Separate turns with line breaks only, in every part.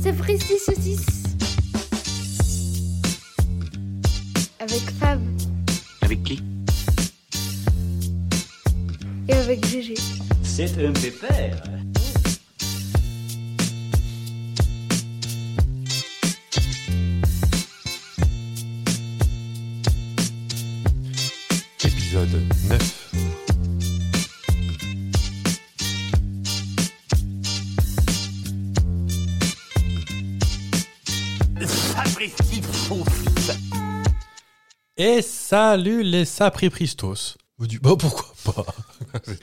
c'est Fristy Saucisse. Avec Fab
Avec qui
et avec Gégé.
C'est un pépère.
épisode 9. Et salut les sapri-pristos Vous dites, bah pourquoi pas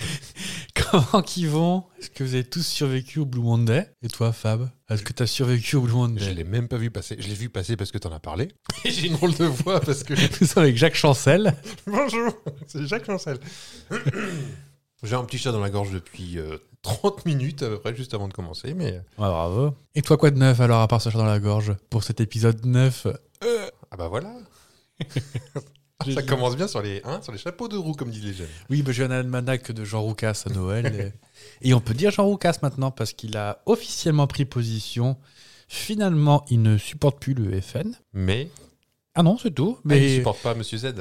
Comment qu'ils vont Est-ce que vous avez tous survécu au Blue Monday Et toi, Fab Est-ce que t'as survécu au Blue
Je
Monday
l'ai même pas vu passer. Je l'ai vu passer parce que t'en as parlé. Et j'ai une drôle de voix parce que.
Nous sommes avec Jacques Chancel.
Bonjour, c'est Jacques Chancel. j'ai un petit chat dans la gorge depuis euh, 30 minutes à peu près, juste avant de commencer. Mais
Ah, bravo. Et toi, quoi de neuf alors, à part ce chat dans la gorge Pour cet épisode 9
ah bah voilà. Ça commence bien sur les, hein, sur les chapeaux de roue, comme disent les jeunes.
Oui, bah, j'ai un almanach de Jean Roucas à Noël. et, et on peut dire Jean Roucas maintenant parce qu'il a officiellement pris position. Finalement, il ne supporte plus le FN.
Mais,
Ah non, c'est tout.
mais...
Mais
ne supporte pas Monsieur Z.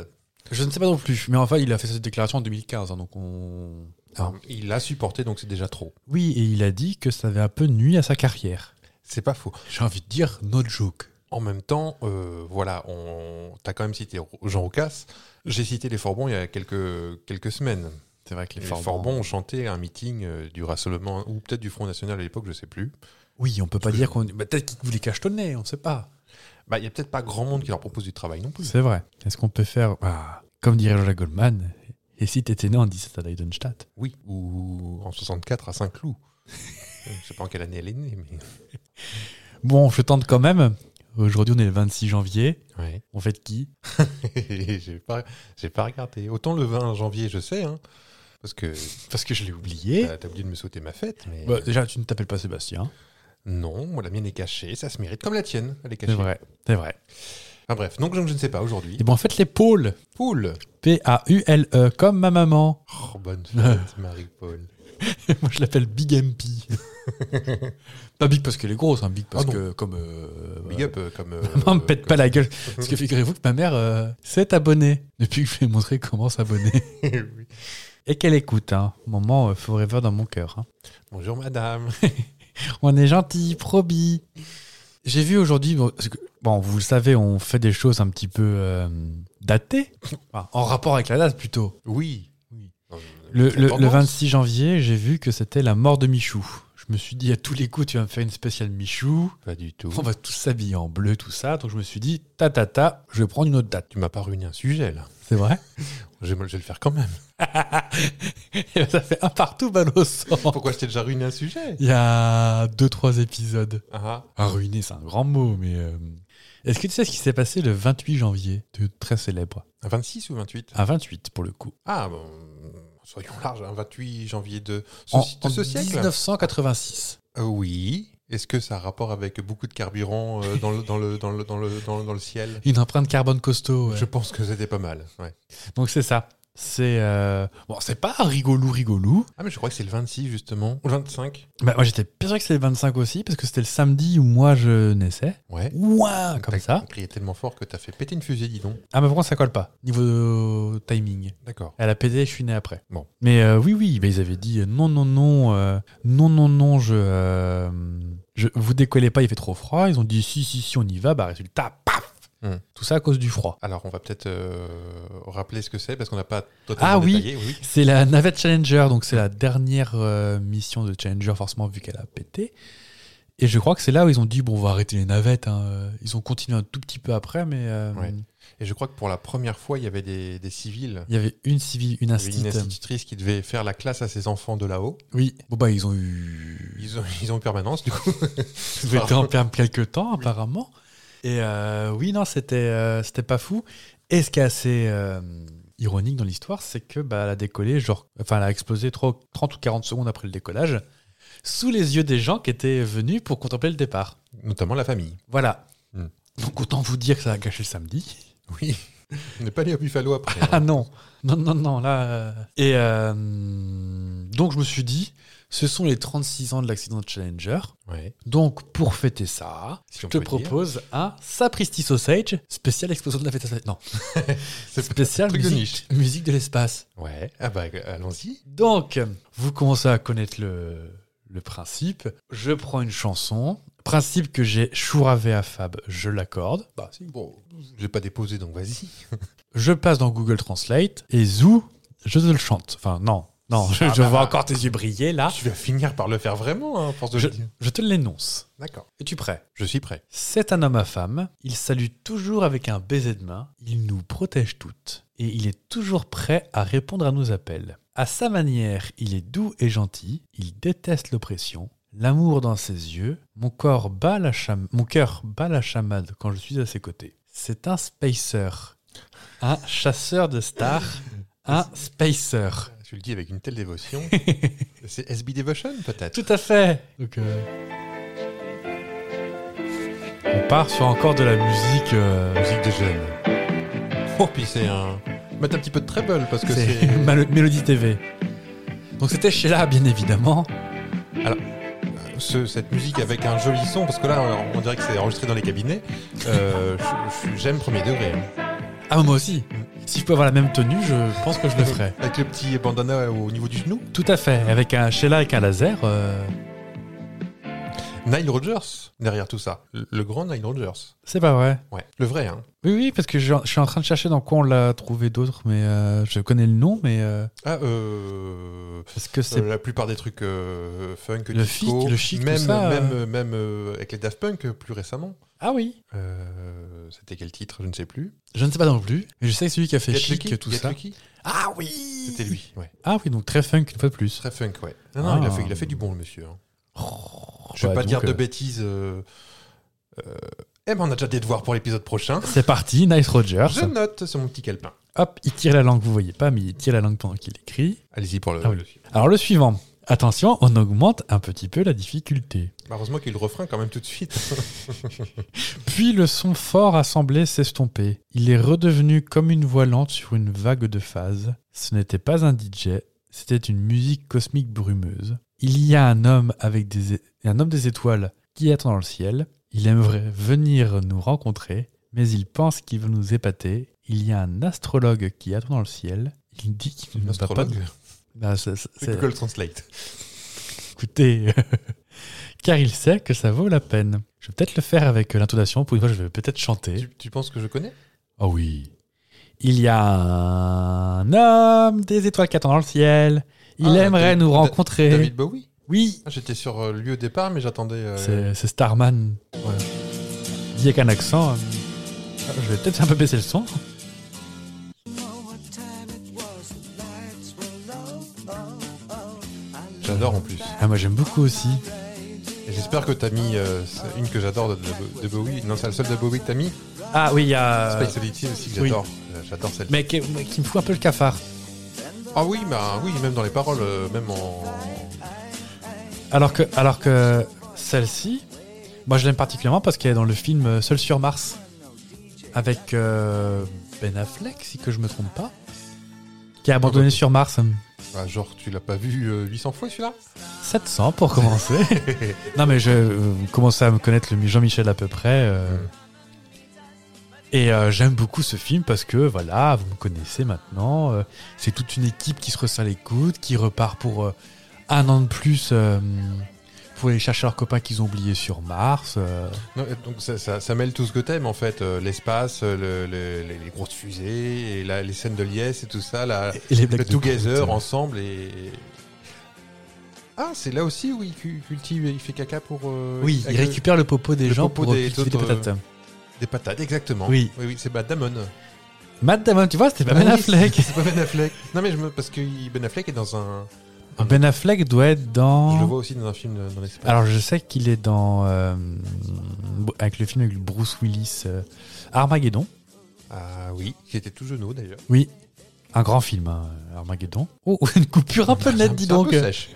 je ne sais pas non plus. Mais enfin, il a fait cette déclaration en 2015. hein, donc on... Ah.
Il l'a supporté, donc c'est déjà trop.
Oui, et il a dit que ça avait un peu nuit à sa carrière.
C'est pas faux.
J'ai envie de dire no joke.
En même temps, euh, voilà, on... t'as quand même cité Jean Roucas. J'ai cité les Forbons il y a quelques, quelques semaines.
C'est vrai
Les
que
Forbons ont chanté à un meeting euh, du Rassemblement, ou peut-être du Front National à l'époque, je sais plus.
Oui, on peut pas
Parce
dire
que-
qu'on. bah, Peut-être qu'ils voulaient cachetonner, on ne sait pas.
Bah, il n'y a peut-être pas grand monde qui leur propose du travail non plus.
C'est vrai. Est-ce qu'on peut faire. ah, comme dirait Jean-Jacques Goldman, et si t'étais né en 17 à Leidenstadt
Oui, ou en 64 à Saint-Cloud. Euh, je sais pas en quelle année elle est née, mais.
Bon, je tente quand même. Aujourd'hui, on est le 26 janvier. On fait de qui
Ouais. j'ai pas, j'ai pas regardé. Autant le 20 janvier, je sais, hein, parce que
Parce que je l'ai oublié.
t'as t'as oublié de me sauter ma fête. Mais
Bah, déjà, tu ne t'appelles pas Sébastien.
non, moi, la mienne est cachée, ça se mérite comme la tienne, elle est
C'est
cachée.
vrai. C'est vrai.
Enfin, bref, donc je je ne sais pas aujourd'hui.
Et bon, en fait, les pôles.
Poule.
P-A-U-L-E, E, comme ma maman.
Oh, bonne fête, Marie-Paul.
Moi, je l'appelle Big MP. pas Big parce qu'elle est grosse, hein, Big parce
Ah non.
que, comme. euh,
Big
voilà.
up euh, comme. euh,
Maman me pète pas
comme-
la gueule. Parce que figurez-vous que ma mère euh, s'est abonnée. Depuis que je lui ai montré comment s'abonner.
Eh Oui.
Et qu'elle écoute, hein. Moment euh, forever dans mon cœur. hein.
Bonjour, madame.
On est gentil, probi. J'ai vu aujourd'hui, bon, parce que- bon, vous le savez, on fait des choses un petit peu euh, datées, Enfin, en rapport avec la date plutôt.
Oui.
Oui.
Euh,
Le,
la
le- le
tendance.
26 janvier, j'ai vu que c'était la mort de Michou. Je me suis dit, à tous les coups, tu vas me faire une spéciale Michou.
Pas du tout.
On va tous s'habiller en bleu, tout ça. Donc je me suis dit, ta ta ta, je vais prendre une autre date.
Tu m'as pas ruiné un sujet, là.
C'est vrai
Je vais, me- je vais le faire quand même.
Et Ça fait un partout mal au sang.
Pourquoi je t'ai déjà ruiné un sujet
Il y a deux, trois épisodes.
ah,
Ah, ruiner, c'est un grand mot, mais. euh, Est-ce que tu sais ce qui s'est passé le 28 janvier de très célèbre
un 26 ah. ou 28
À 28 pour le coup.
Ah, bon, soyons larges, un 28 janvier de ce,
En,
de
en
ce siècle
1986.
Euh, Oui. Est-ce que ça a rapport avec beaucoup de carburant euh, dans, le, dans, le, dans, le, dans, le, dans, le- dans le ciel
Une empreinte carbone costaud. ouais.
Je pense que c'était pas mal. ouais.
Donc c'est ça. C'est. euh, Bon, c'est pas un rigolou rigolou.
Ah, mais je crois que c'est le 26, justement. Ou le 25
Bah, moi j'étais persuadé que c'était le 25 aussi, parce que c'était le samedi où moi je naissais.
Ouais.
Ouah, comme
T'as-
ça.
T'as crié tellement fort que t'as fait péter une fusée, dis donc.
Ah, mais pourquoi ça colle pas Niveau timing.
D'accord.
Elle a pété, je suis né après.
Bon.
Mais euh, oui, oui, bah, ils avaient dit euh, non, non, non, euh, non, non, non, je, euh, je- vous décollez pas, il fait trop froid. Ils ont dit si, si, si, on y va. Bah résultat, paf.
Hmm.
Tout ça à cause du froid.
Alors, on va peut-être euh, rappeler ce que c'est parce qu'on n'a pas totalement
Ah oui.
détaillé. Oui.
C'est la navette Challenger, donc c'est la dernière euh, mission de Challenger forcément vu qu'elle a pété. Et je crois que c'est là où ils ont dit bon, on va arrêter les navettes. hein. Ils ont continué un tout petit peu après, mais euh, il
Ouais. Et je crois que pour la première fois, il y avait des, des civils.
y avait une civile,
Il
une
y avait
instite.
Une institutrice qui devait faire la classe à ses enfants de là-haut.
Oui. Bon bah ils ont eu.
Ils ont, ils ont eu permanence, du coup.
Vous devez être en perme quelques temps, apparemment. Et euh, oui, non, c'était euh, c'était pas fou. Et ce qui est assez euh, ironique dans l'histoire, c'est que bah, elle a décollé, genre, enfin, elle a explosé trois- 30 ou 40 secondes après le décollage, sous les yeux des gens qui étaient venus pour contempler le départ.
Notamment la famille.
Voilà.
Hmm.
Donc autant vous dire que ça a gâché le samedi.
Oui. On n'est pas allé au Buffalo après.
Ah non, non, non, non, là. euh, Et euh, donc je me suis dit, Ce sont les 36 ans de l'accident de Challenger.
Ouais.
Donc, pour fêter ça,
Si
je
on
te
peut dire.
propose un hein, Sapristi Sausage, spécial explosion de la fête à Non,
C'est
spécial
truc de
musique, musique de l'espace.
Ouais. Ah bah allons-y.
Donc, vous commencez à connaître le, le principe. Je prends une chanson. Principe que j'ai chouravé à Fab, je l'accorde.
Bah si. Bon, j'ai pas déposé donc vas-y.
Je passe dans Google Translate et zou, je te le chante. Enfin, non, non, je,
Ah
je
bah.
vois encore tes yeux briller là.
Tu vas finir par le faire vraiment, hein, à force de le dire.
Je te l'énonce.
D'accord.
Es-tu prêt
Je suis prêt.
C'est un homme à femme, il salue toujours avec un baiser de main, il nous protège toutes, et il est toujours prêt à répondre à nos appels. À sa manière, il est doux et gentil, il déteste l'oppression, l'amour dans ses yeux, mon, corps bat la cham- mon cœur bat la chamade quand je suis à ses côtés. C'est un spacer, un chasseur de stars, un spacer.
Tu le dis avec une telle dévotion. C'est SB Devotion peut-être.
Tout à fait. Donc, euh, On part sur encore de la musique. euh,
Musique de jeunes. Oh puis c'est un. Mettre un petit peu de treble parce que c'est.
C'est Mal- Mélodie TV. Donc c'était Sheila, bien évidemment.
ce- cette musique avec un joli son parce que là on dirait que c'est enregistré dans les cabinets. Euh, je- je- J'aime premier degré. hein.
Ah, moi aussi. Si je peux avoir la même tenue, je pense que je le ferai.
Avec le petit bandana au niveau du genou.
Tout à fait. Avec un Sheila avec un laser. euh,
Nile Rodgers derrière tout ça. Le le grand Nile Rodgers.
C'est pas vrai.
Ouais. Le vrai hein.
Oui, oui, parce que je, je suis en train de chercher dans quoi on l'a trouvé d'autres, mais euh, je connais le nom, mais euh,
Ah euh.
parce que c'est.
Euh, la plupart des trucs euh, funk,
Le
disco,
chic- le chic, tout
même,
ça,
même,
euh.
même euh, avec les Daft Punk euh, plus récemment.
Ah oui.
Euh, C'était quel titre Je ne sais plus.
Je ne sais pas non plus. Mais je sais que celui qui a fait
Get
chic
Lucky,
tout
Get
ça.
Lucky
Ah oui.
C'était lui. Ouais.
Ah oui, donc très funk une fois de plus.
Très funk, ouais. Non, non, il, a
Ah.
fait, il a fait du bon, le monsieur. hein.
Oh,
Je ne vais
bah,
pas
donc,
dire de
euh,
bêtises. euh, euh, Eh ben, on a déjà des devoirs pour l'épisode prochain.
C'est parti, Nice Rogers.
Je note sur mon petit calepin.
Hop, il tire la langue, vous voyez pas, mais il tire la langue pendant qu'il écrit.
Allez-y pour le.
Ah oui. Alors le suivant. Attention, on augmente un petit peu la difficulté.
Bah, Heureusement qu'il y a eu le refrain quand même tout de suite.
Puis le son fort assemblé s'estomper. Il est redevenu comme une voix lente sur une vague de phase. Ce n'était pas un DJ, c'était une musique cosmique brumeuse. Il y a un homme avec des é- un homme des étoiles qui attend dans le ciel. Il aimerait venir nous rencontrer, mais il pense qu'il veut nous épater. Il y a un astrologue qui attend dans le ciel. Il dit qu'il ne va pas.
Astrologue.
Non, c'est- c'est-
C'est Google Translate.
Écoutez, car il sait que ça vaut la peine. Je vais peut-être le faire avec euh, l'intonation. Pour une fois, je vais peut-être chanter.
Tu, tu penses que je connais
Oh oui. Il y a un homme des étoiles qui attend dans le ciel. Il
Ah,
aimerait
David-
nous
Da-
rencontrer.
David Bowie.
Oui.
Ah, J'étais sur euh, lui au départ, mais j'attendais. euh,
C'est c'est Starman.
ouais.
Dit avec un accent. euh, ah, Je vais peut-être un peu baisser le son.
J'adore en plus.
Ah, moi, j'aime beaucoup aussi.
Et j'espère que t'as mis euh, une que j'adore de, de- de Bowie. Non, c'est la seule de Bowie que t'as mis.
Ah oui, il y a.
Space Oddity aussi que
oui.
j'adore. Euh, J'adore celle
Mais qui, mais qui me fout un peu le cafard.
Ah oui, bah oui, même dans les paroles, euh, même en.
Alors que, alors que celle-ci, moi je l'aime particulièrement parce qu'elle est dans le film euh, Seul sur Mars avec euh, Ben Affleck, si que je me trompe pas, qui est abandonné
Ah bah.
sur Mars.
Ah, genre, tu l'as pas vu euh, 800 fois celui-là
700 pour commencer. non mais je euh, vous commencez à me connaître le Jean-Michel à peu près. euh,
Mm.
Et euh, j'aime beaucoup ce film parce que voilà, vous me connaissez maintenant. euh, c'est toute une équipe qui se ressent les coudes, qui repart pour euh, un an de plus euh, pour aller chercher leurs copains qu'ils ont oubliés sur Mars. euh.
Non, et donc ça, ça- ça mêle tout ce que t'aimes en fait, euh, l'espace, euh, le- le- les, les grosses fusées, et la- les scènes de liesse et tout ça, la,
Et les
le
blagues de
together
Groot.
ensemble et. Ah, c'est là aussi où il cu- cultive, il fait caca pour. euh,
Oui,
avec
il
le-
récupère le popo des
le
gens
popo
pour
des
cultiver des
autres, euh,
patates.
Des patates, exactement.
Oui.
Oui, oui, c'est Matt Damon.
Matt Damon, tu vois, c'était pas
Ah
Ben
oui,
Affleck.
C'est pas Ben Affleck. Non, mais je me... parce que Ben Affleck est dans un. Ah,
Ben Affleck doit être dans.
Je le vois aussi dans un film euh, dans l'espace.
Oh. Alors je sais qu'il est dans euh, avec le film avec Bruce Willis, euh, Armageddon.
Ah oui, qui était tout genou d'ailleurs.
Oui, un grand film, hein, Armageddon. Oh, une coupure un peu nette, dis
C'est un
donc.
peu sèche.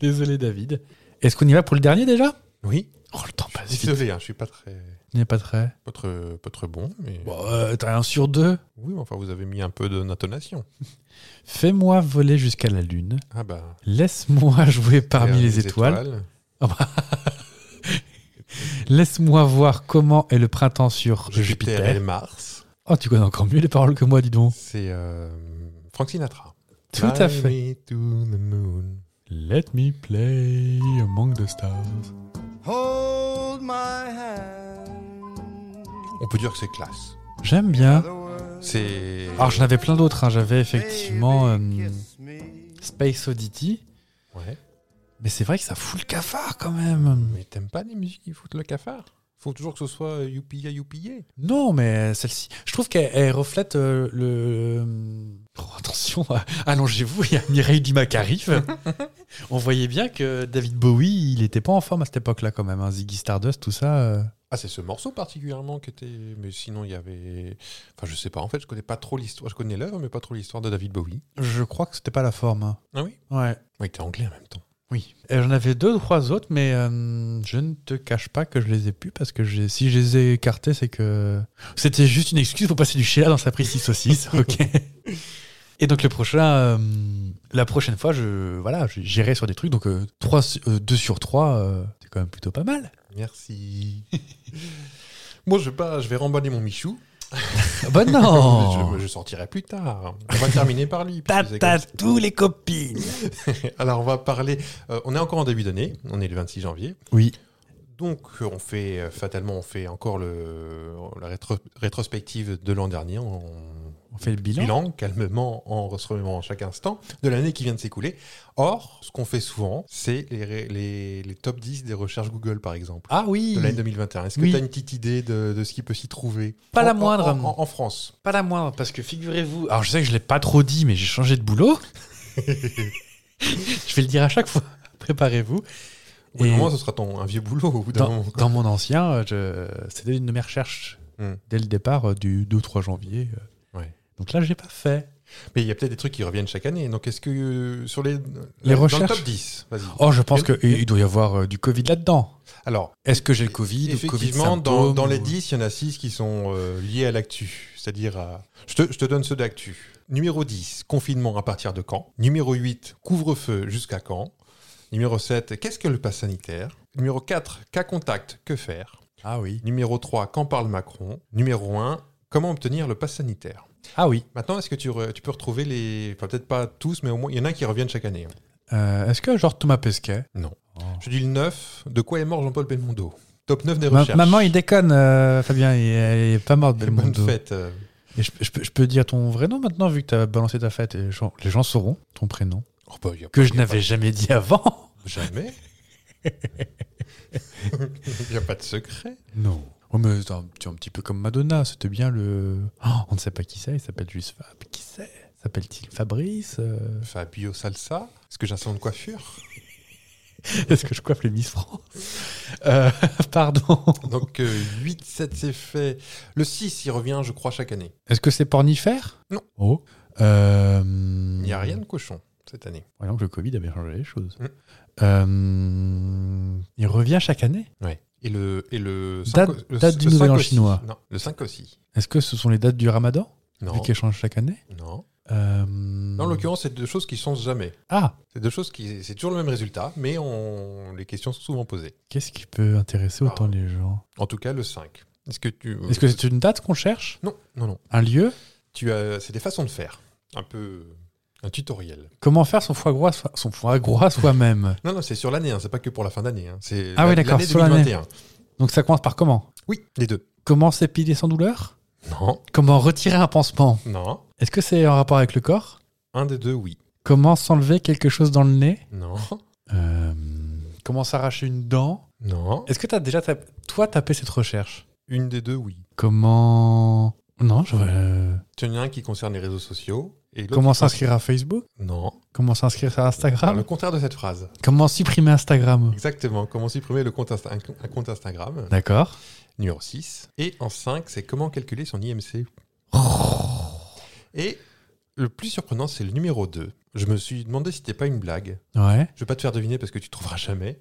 Désolé David. Est-ce qu'on y va pour le dernier déjà
Oui.
Oh, le temps passe
Je suis
vite.
désolé, hein, je suis pas très,
Il n'est pas très.
pas très, pas très bon, mais
Bon, euh, t'as un sur deux.
oui, mais enfin, vous avez mis un peu de d'intonation.
Fais-moi voler jusqu'à la lune.
Ah bah.
Laisse-moi jouer parmi
euh,
les étoiles. Laisse-moi voir comment est le printemps sur
Jupiter,
Jupiter.
et Mars.
Oh, tu connais encore mieux les paroles que moi, dis donc.
C'est euh, Frank Sinatra.
Tout à
Fly
fait.
me to the moon.
Let me play among the stars.
Hold my hand.
On peut dire que c'est classe.
J'aime bien.
The words
C'est.
Alors, j'en avais plein d'autres. hein. J'avais effectivement
baby,
euh,
kiss me.
Space Oddity.
Ouais.
Mais c'est vrai que ça fout le cafard quand même.
Mais t'aimes pas les musiques qui foutent le cafard Faut toujours que ce soit euh, youpiya youpiya.
Non, mais euh, celle-ci, je trouve qu'elle elle reflète euh, le. Oh, attention, allongez-vous, il y a Mireille Dumas qui arrive. On voyait bien que David Bowie, il était pas en forme à cette époque-là quand même. hein. Ziggy Stardust, tout ça. euh.
Ah, c'est ce morceau particulièrement qui était. Mais sinon, il y avait. Enfin, je sais pas. En fait, je connais pas trop l'histoire. Je connais l'œuvre, mais pas trop l'histoire de David Bowie.
Je crois que c'était pas la forme. hein.
Ah oui
Ouais.
Oui, t'es anglais en même temps.
Oui. Et J'en avais deux, trois autres, mais euh, je ne te cache pas que je les ai pu parce que j'ai- si je les ai écartés, c'est que c'était juste une excuse pour passer du chéla dans sa prise 6 saucisses. ok. Et donc le prochain, euh, la prochaine fois, je voilà, je- j'irai sur des trucs. Donc euh, 2 sur 3, c'est quand même plutôt pas mal.
Merci. Moi, je vais, pas, je vais remballer mon Michou.
Ah Bah non.
Je, je sortirai plus tard. On va terminer par lui.
Tata
puisque c'est
tous les copines.
comme- Alors, on va parler. euh, on est encore en début d'année. On est le 26 janvier.
Oui.
Donc, euh, on fait euh, fatalement, on fait encore le, la rétro- rétrospective de l'an dernier. On,
On fait le bilan.
bilan, calmement, en se remémorant chaque instant de l'année qui vient de s'écouler. Or, ce qu'on fait souvent, c'est les, ré- les, les top 10 des recherches Google, par exemple,
Ah oui.
de l'année 2021. Est-ce que
Oui.
tu as une petite idée de, de ce qui peut s'y trouver
Pas
En-
la
en-
moindre.
En, en- en France.
Pas la moindre, parce que figurez-vous. Alors je sais que je l'ai pas trop dit, mais j'ai changé de boulot. je vais le dire à chaque fois. Préparez-vous.
Au bout d'un
Et-
moment, ce sera ton, un vieux boulot au bout d'un
Dans,
moment.
dans mon ancien, euh, je- c'était une de mes recherches
Hmm.
dès le départ euh, du 2-3 janvier. euh.
Ouais.
Donc là, je l'ai pas fait.
Mais il y a peut-être des trucs qui reviennent chaque année. Donc, est-ce que euh, sur les,
Les
dans
recherches
le top 10, vas-y.
Oh, je pense
Et-
qu'il doit y avoir euh, du Covid là-dedans.
Alors,
Est-ce que j'ai le Covid ou Covid
effectivement, dans,
symptômes
dans
ou-
les 10, il y en a 6 qui sont euh, liés à l'actu. C'est-à-dire, à... je, te, je te donne ceux d'actu. Numéro 10, confinement à partir de quand Numéro 8, couvre-feu jusqu'à quand Numéro 7, qu'est-ce que le pass sanitaire Numéro 4, cas contact, que faire
Ah oui.
Numéro 3, qu'en parle Macron Numéro 1, comment obtenir le pass sanitaire
Ah oui.
Maintenant, est-ce que tu, re- tu peux retrouver les... Enfin, peut-être pas tous, mais au moins, il y en a qui reviennent chaque année. hein.
Euh, Est-ce que genre Thomas Pesquet
Non.
Oh.
Je dis le 9, de quoi est mort Jean-Paul Belmondo Top 9 des
Ma-
recherches.
Maman, il déconne, euh, Fabien, il, il est pas mort de
Bonne
Belmondo.
fête euh,
Et je, je peux- je peux dire ton vrai nom maintenant, vu que tu as balancé ta fête. Et les, gens, les gens sauront ton prénom,
Oh bah, y a
que
pas-
je
y a
n'avais jamais dit avant.
pas- Jamais. Il n'y a pas de secret.
Non. mais c'est un, c'est un petit peu comme Madonna, c'était bien le. Oh, on ne sait pas qui c'est, il s'appelle juste Fab. Qui c'est S'appelle-t-il Fabrice euh,
Fabio Salsa, est-ce que j'ai un salon de coiffure
Est-ce que je coiffe les Miss France Euh, Pardon.
Donc 8, 7 c'est fait. Le 6 il revient je crois chaque année.
Est-ce que c'est pornifère
Non.
Oh. Euh,
Il n'y a rien de cochon cette année.
Voyons que le Covid a bien changé les choses.
Mm.
Euh, il revient chaque année
Et le et le
Date-
cinq- le-
date du
le
Nouvel
cinq
An
aussi.
chinois.
Non, le 5 aussi.
Est-ce que ce sont les dates du ramadan
Non.
Vu qu'elles changent chaque année
Non.
Euh,
Non, En l'occurrence, c'est deux choses qui changent jamais.
Ah,
C'est deux choses qui c'est toujours le même résultat mais on les questions sont souvent posées.
qu'est-ce qui peut intéresser autant les gens
En tout cas, le 5. Est-ce que tu euh,
Est-ce que c'est une date qu'on cherche
Non, non non.
Un lieu
Tu as c'est des façons de faire. Un peu euh, un tutoriel.
Comment faire son foie gras, soi- son foie gras soi-même
Non, non, c'est sur l'année, hein, c'est pas que pour la fin d'année. hein, C'est
Ah
la-
oui, d'accord,
l'année
sur l'année.
2021.
Donc ça commence par comment
Oui, les deux.
Comment s'épiler sans douleur
Non,
Comment retirer un pansement
non.
Est-ce que c'est en rapport avec le corps
Un des deux, oui.
Comment s'enlever quelque chose dans le nez
Non,
Euh, Comment s'arracher une dent
non.
Est-ce que tu as déjà, tap- toi, tapé cette recherche
Une des deux, oui.
Comment... Non, je... euh,
Tu en as un qui concerne les réseaux sociaux. Et l'autre
Comment
qui concerne-
s'inscrire à Facebook
Non.
Comment Ah s'inscrire sur
Alors,
Instagram
le contraire de cette phrase.
Comment supprimer Instagram
Exactement. Comment supprimer le compte Insta- un un compte Instagram,
D'accord.
numéro 6. Et en 5, c'est comment calculer son IMC. Et le plus surprenant, c'est le numéro 2. Je me suis demandé si c'était pas une blague.
Ouais.
Je vais pas te faire deviner parce que tu trouveras jamais.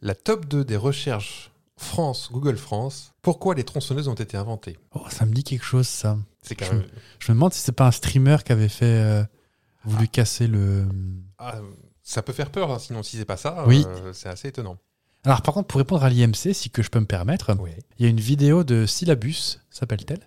la top 2 des recherches France, Google France, pourquoi les tronçonneuses ont été inventées.
Oh, ça me dit quelque chose, ça.
C'est quand même.
Je me demande si c'est pas un streamer qui avait fait. euh, voulu casser le.
Ah, ça peut faire peur, hein, sinon, si c'est pas ça,
Oui.
euh, c'est assez étonnant.
Alors, par contre, pour répondre à l'IMC, si que je peux me permettre,
Oui.
il y a une vidéo de Syllabus, s'appelle-t-elle,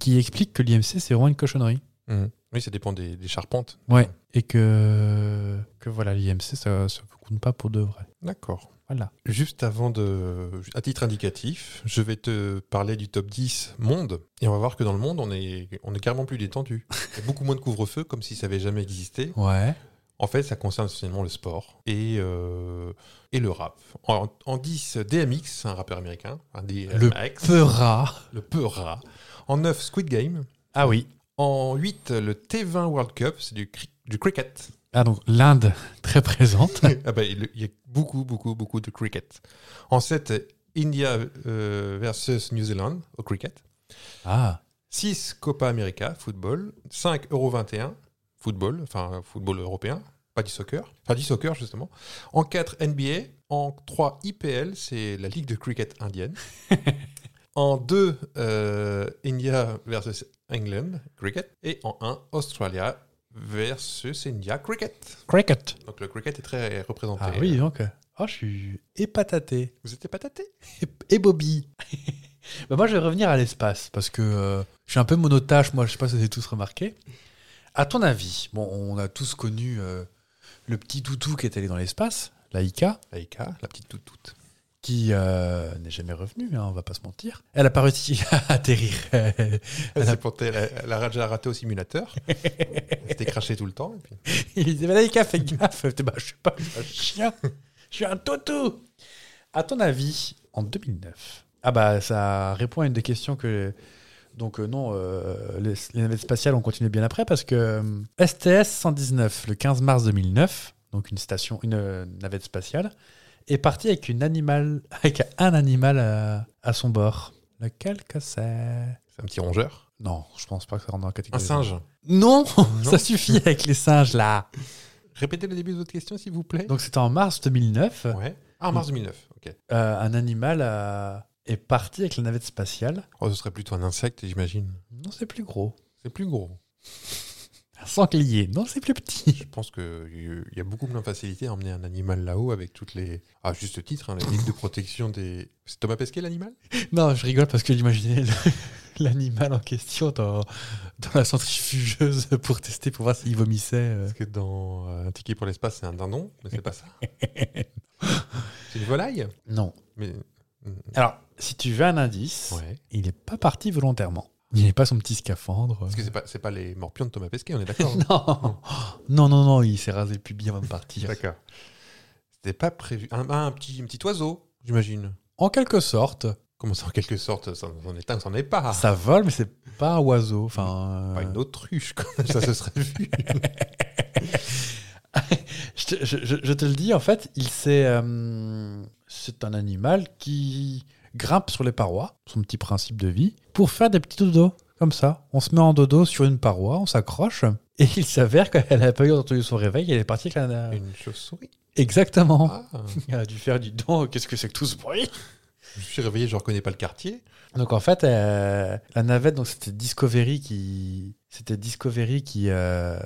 qui explique que l'IMC, c'est vraiment une cochonnerie.
Mmh. Oui, ça dépend des, des charpentes.
Ouais. Et que. Que voilà, l'IMC, ça ça ne compte pas pour de vrai.
D'accord.
Voilà.
Juste avant de. À titre indicatif, je vais te parler du top 10 monde. Et on va voir que dans le monde, on est, on est carrément plus détendu. Il y a beaucoup moins de couvre-feu, comme si ça avait jamais existé.
Ouais.
En fait, ça concerne essentiellement le sport et, euh, et le rap. En, en 10, DMX, un rappeur américain. Un DMX,
Le Peura.
le peu rat. En 9, Squid Game.
Ah oui.
En 8, le T20 World Cup, c'est du, cri- du cricket.
Ah donc, l'Inde, très présente.
Ah bah, il il y a beaucoup, beaucoup, beaucoup de cricket. En 7, India euh, versus New Zealand au cricket.
Ah.
6, Copa América, football. 5, Euro 21, football, enfin football européen, pas du soccer. Enfin du soccer, justement. En 4, NBA. En 3, IPL, c'est la ligue de cricket indienne. en 2, euh, India versus England, cricket. Et en 1, Australia versus India, cricket.
Cricket.
Donc le cricket est très représenté.
Ah oui, donc. euh, Oh, je suis épataté.
Vous étiez pataté
Et- Et Bobby. Bah, moi, je vais revenir à l'espace parce que euh, je suis un peu monotache. Moi, je sais pas si vous avez tous remarqué. À ton avis, bon, on a tous connu euh, le petit toutou qui est allé dans l'espace, l'Aïka,
Laïka, la petite toute toute.
qui euh, n'est jamais revenue, hein, on va pas se mentir. Elle a pas réussi à atterrir.
Elle s'est plantée, elle a- elle a déjà raté au simulateur. Elle s'était crachée tout le temps. et puis-
Il disait, mais Laïka, fais gaffe. Elle était, Bah, je suis pas un chien, je suis un toutou. À ton avis, en 2009, ah bah ça répond à une des questions que... Donc euh, non, euh, les, les navettes spatiales ont continué bien après parce que euh, STS 119, le 15 mars 2009, donc une station, une euh, navette spatiale, est partie avec une animal, avec un animal à, à son bord. Lequel que c'est
C'est un petit rongeur. Euh,
Non, je pense pas que ça rentre dans
Un
la catégorie.
singe.
Non,
Non.
ça suffit avec les singes là.
Répétez le début de votre question, s'il vous plaît.
Donc c'était en mars 2009.
ouais. Ah, en mars 2009. Ok.
Euh, un animal euh, est parti avec la navette spatiale.
Oh, ce serait plutôt un insecte, j'imagine.
Non, c'est plus gros.
C'est plus gros.
Un sanglier. Non, c'est plus petit.
Je pense qu'il y a beaucoup moins de facilité à emmener un animal là-haut avec toutes les. Ah, juste titre, hein, la ligue de protection des. C'est Thomas Pesquet l'animal
Non, je rigole parce que j'imaginais le- l'animal en question dans, dans la centrifugeuse pour tester, pour voir s'il vomissait. euh.
Parce que dans euh, Un ticket pour l'espace, c'est un dindon, mais c'est pas ça. c'est une volaille
Non.
Mais.
Alors, si tu veux un indice,
Ouais.
il n'est pas parti volontairement. Il n'est pas son petit scaphandre.
Parce que c'est pas, c'est pas les morpions de Thomas Pesquet, on est d'accord
Non. non, non, non, il s'est rasé puis bien avant de partir.
D'accord. C'était pas prévu. Un, un petit, un petit oiseau, j'imagine.
En quelque sorte,
Comment ça, en quelque sorte, ça n'en est, un, ça n'en est pas.
ça vole, mais c'est pas un oiseau. Enfin,
Pas
euh,
une autruche, quand même, ça se serait vu.
Je te, je- je- je te le dis, en fait, il s'est, euh, c'est un animal qui grimpe sur les parois, son petit principe de vie, pour faire des petits dodos, comme ça. On se met en dodo sur une paroi, on s'accroche, et il s'avère qu'elle n'a pas eu entendu son réveil, elle est partie avec la...
Une chauve-souris.
Exactement.
Ah,
Elle a dû faire du don, qu'est-ce que c'est que tout ce bruit
je suis réveillé, je reconnais pas le quartier.
Donc en fait, euh, la navette, donc c'était Discovery qui, c'était Discovery qui, euh,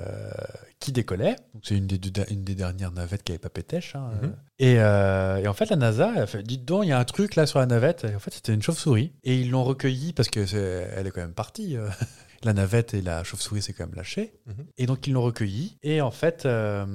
qui décollait. Donc c'est une des, deux- une des dernières navettes qui avait pas pétèche. hein.
Mhm.
et, euh, et en fait, la NASA, elle fait, dites donc, il y a un truc là sur la navette. Et en fait, c'était une chauve-souris. Et ils l'ont recueillie parce que c'est- elle est quand même partie. euh. La navette et la chauve-souris s'est quand même lâchée.
Mhm.
Et donc ils l'ont recueillie. Et en fait, euh,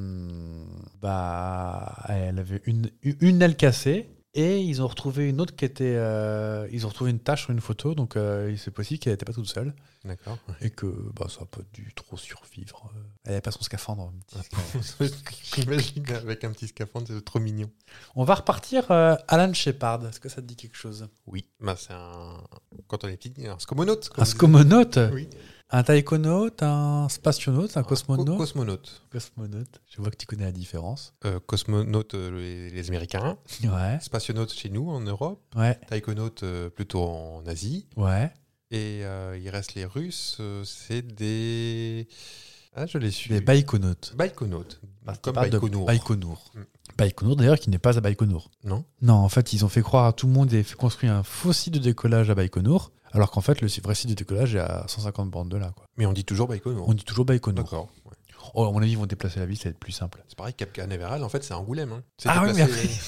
bah, elle avait une, une aile cassée. Et ils ont retrouvé une autre qui était. euh, ils ont retrouvé une tache sur une photo. Donc euh, c'est possible qu'elle n'était pas toute seule.
D'accord.
Et que bah, ça n'a pas dû trop survivre. Euh, Elle n'avait pas son scaphandre. un petit scaphandre.
J'imagine avec un petit scaphandre, c'est trop mignon.
On va repartir euh, Alan Shepard. Est-ce que ça te dit quelque chose
Oui, bah, c'est un. Quand on est petit, un scomonaute. comme
Un
on dit.
scomonaute
Oui.
Un taïkonaute Un spationaute Un
Co-
cosmonaute
Cosmonaute.
Cosmonaute. Je vois que tu connais la différence.
Euh, cosmonaute, euh, les, les Américains.
Ouais.
Spationaute chez nous, en Europe.
Ouais.
Taïkonaute, euh, plutôt en Asie.
Ouais.
Et euh, il reste les Russes, euh, c'est des. Ah, je les suis.
Les baïkonautes.
Baïkonautes. Comme
Pas Bah, de
Baïkonour.
Baïkonour.
Mm.
Baïkonour d'ailleurs, qui n'est pas à Baïkonour.
Non.
Non, en fait, ils ont fait croire à tout le monde et fait construire un faux site de décollage à Baïkonour, alors qu'en fait, le vrai site de décollage est à 150 bornes de là. Quoi.
Mais on dit toujours Baïkonour.
On dit toujours Baïkonour.
D'accord. ouais.
Oh, à mon avis, ils vont déplacer la ville, ça va être plus simple.
C'est pareil, Cap Canaveral, en fait, c'est Angoulême. hein. C'est
Ah oui, mais
déplacé-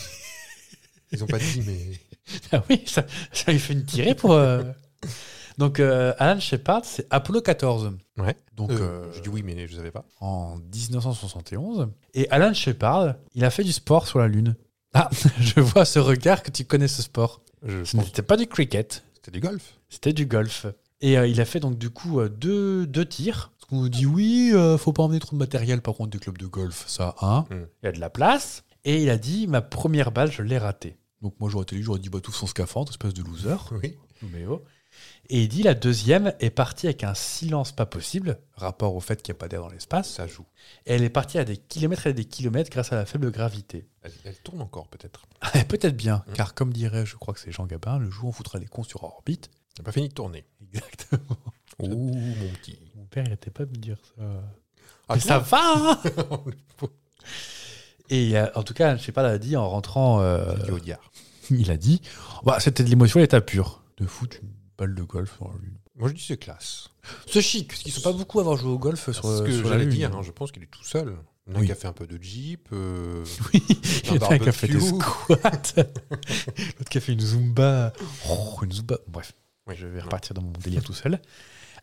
Ils ont pas dit, mais.
Ah oui, ça, ça lui fait une tirée pour. euh. Donc, euh, Alan Shepard, c'est Apollo 14.
Ouais.
Donc,
Euh,
euh,
Je dis oui, mais je savais pas.
en 1971. Et Alan Shepard, il a fait du sport sur la Lune. Ah, je vois ce regard que tu connais ce sport.
Je
Ce
pense que
n'était pas du cricket,
c'était du golf.
c'était du golf. Et euh, il a fait donc du coup euh, deux, deux tirs. Parce qu'on nous dit oui, euh, faut pas emmener trop de matériel par contre du club de golf, ça, hein.
Mm.
Il y a de la place. Et il a dit ma première balle, je l'ai ratée. Donc moi j'aurais été lui, j'aurais dit bah tout son scaphandre, espèce de loser.
Oui.
Mais oh. Et il dit la deuxième est partie avec un silence pas possible, rapport au fait qu'il n'y a pas d'air dans l'espace.
Ça joue.
Et elle est partie à des kilomètres et des kilomètres grâce à la faible gravité.
Elle, elle tourne encore, peut-être.
Peut-être bien,
Mm.
car comme dirait, je crois que c'est Jean Gabin, le jour où on foutra les cons sur orbite.
Elle n'a pas fini de tourner.
Exactement.
Ouh, mon petit.
Mon père, il n'était pas de me dire ça.
Ah,
Mais ça va hein
toi,
Et euh, en tout cas, je sais pas, elle a dit en rentrant, euh,
du Audiard.
il a dit bah, c'était de l'émotion à l'état pur. De foutre une balle de golf sur la Lune.
Moi, je dis c'est classe.
C'est chic, parce qu'ils sont pas beaucoup à avoir joué au golf sur,
C'est ce que
sur la
j'allais
Lune.
dire. hein, je pense qu'il est tout seul. Il y en a
Oui.
qui a fait un peu de jeep. euh,
Oui, il y en a un qui a fait des
barbecue.
squats, l'autre qui a fait une zumba. Oh, une zumba. Bref,
Oui,
je vais repartir dans mon délire tout seul.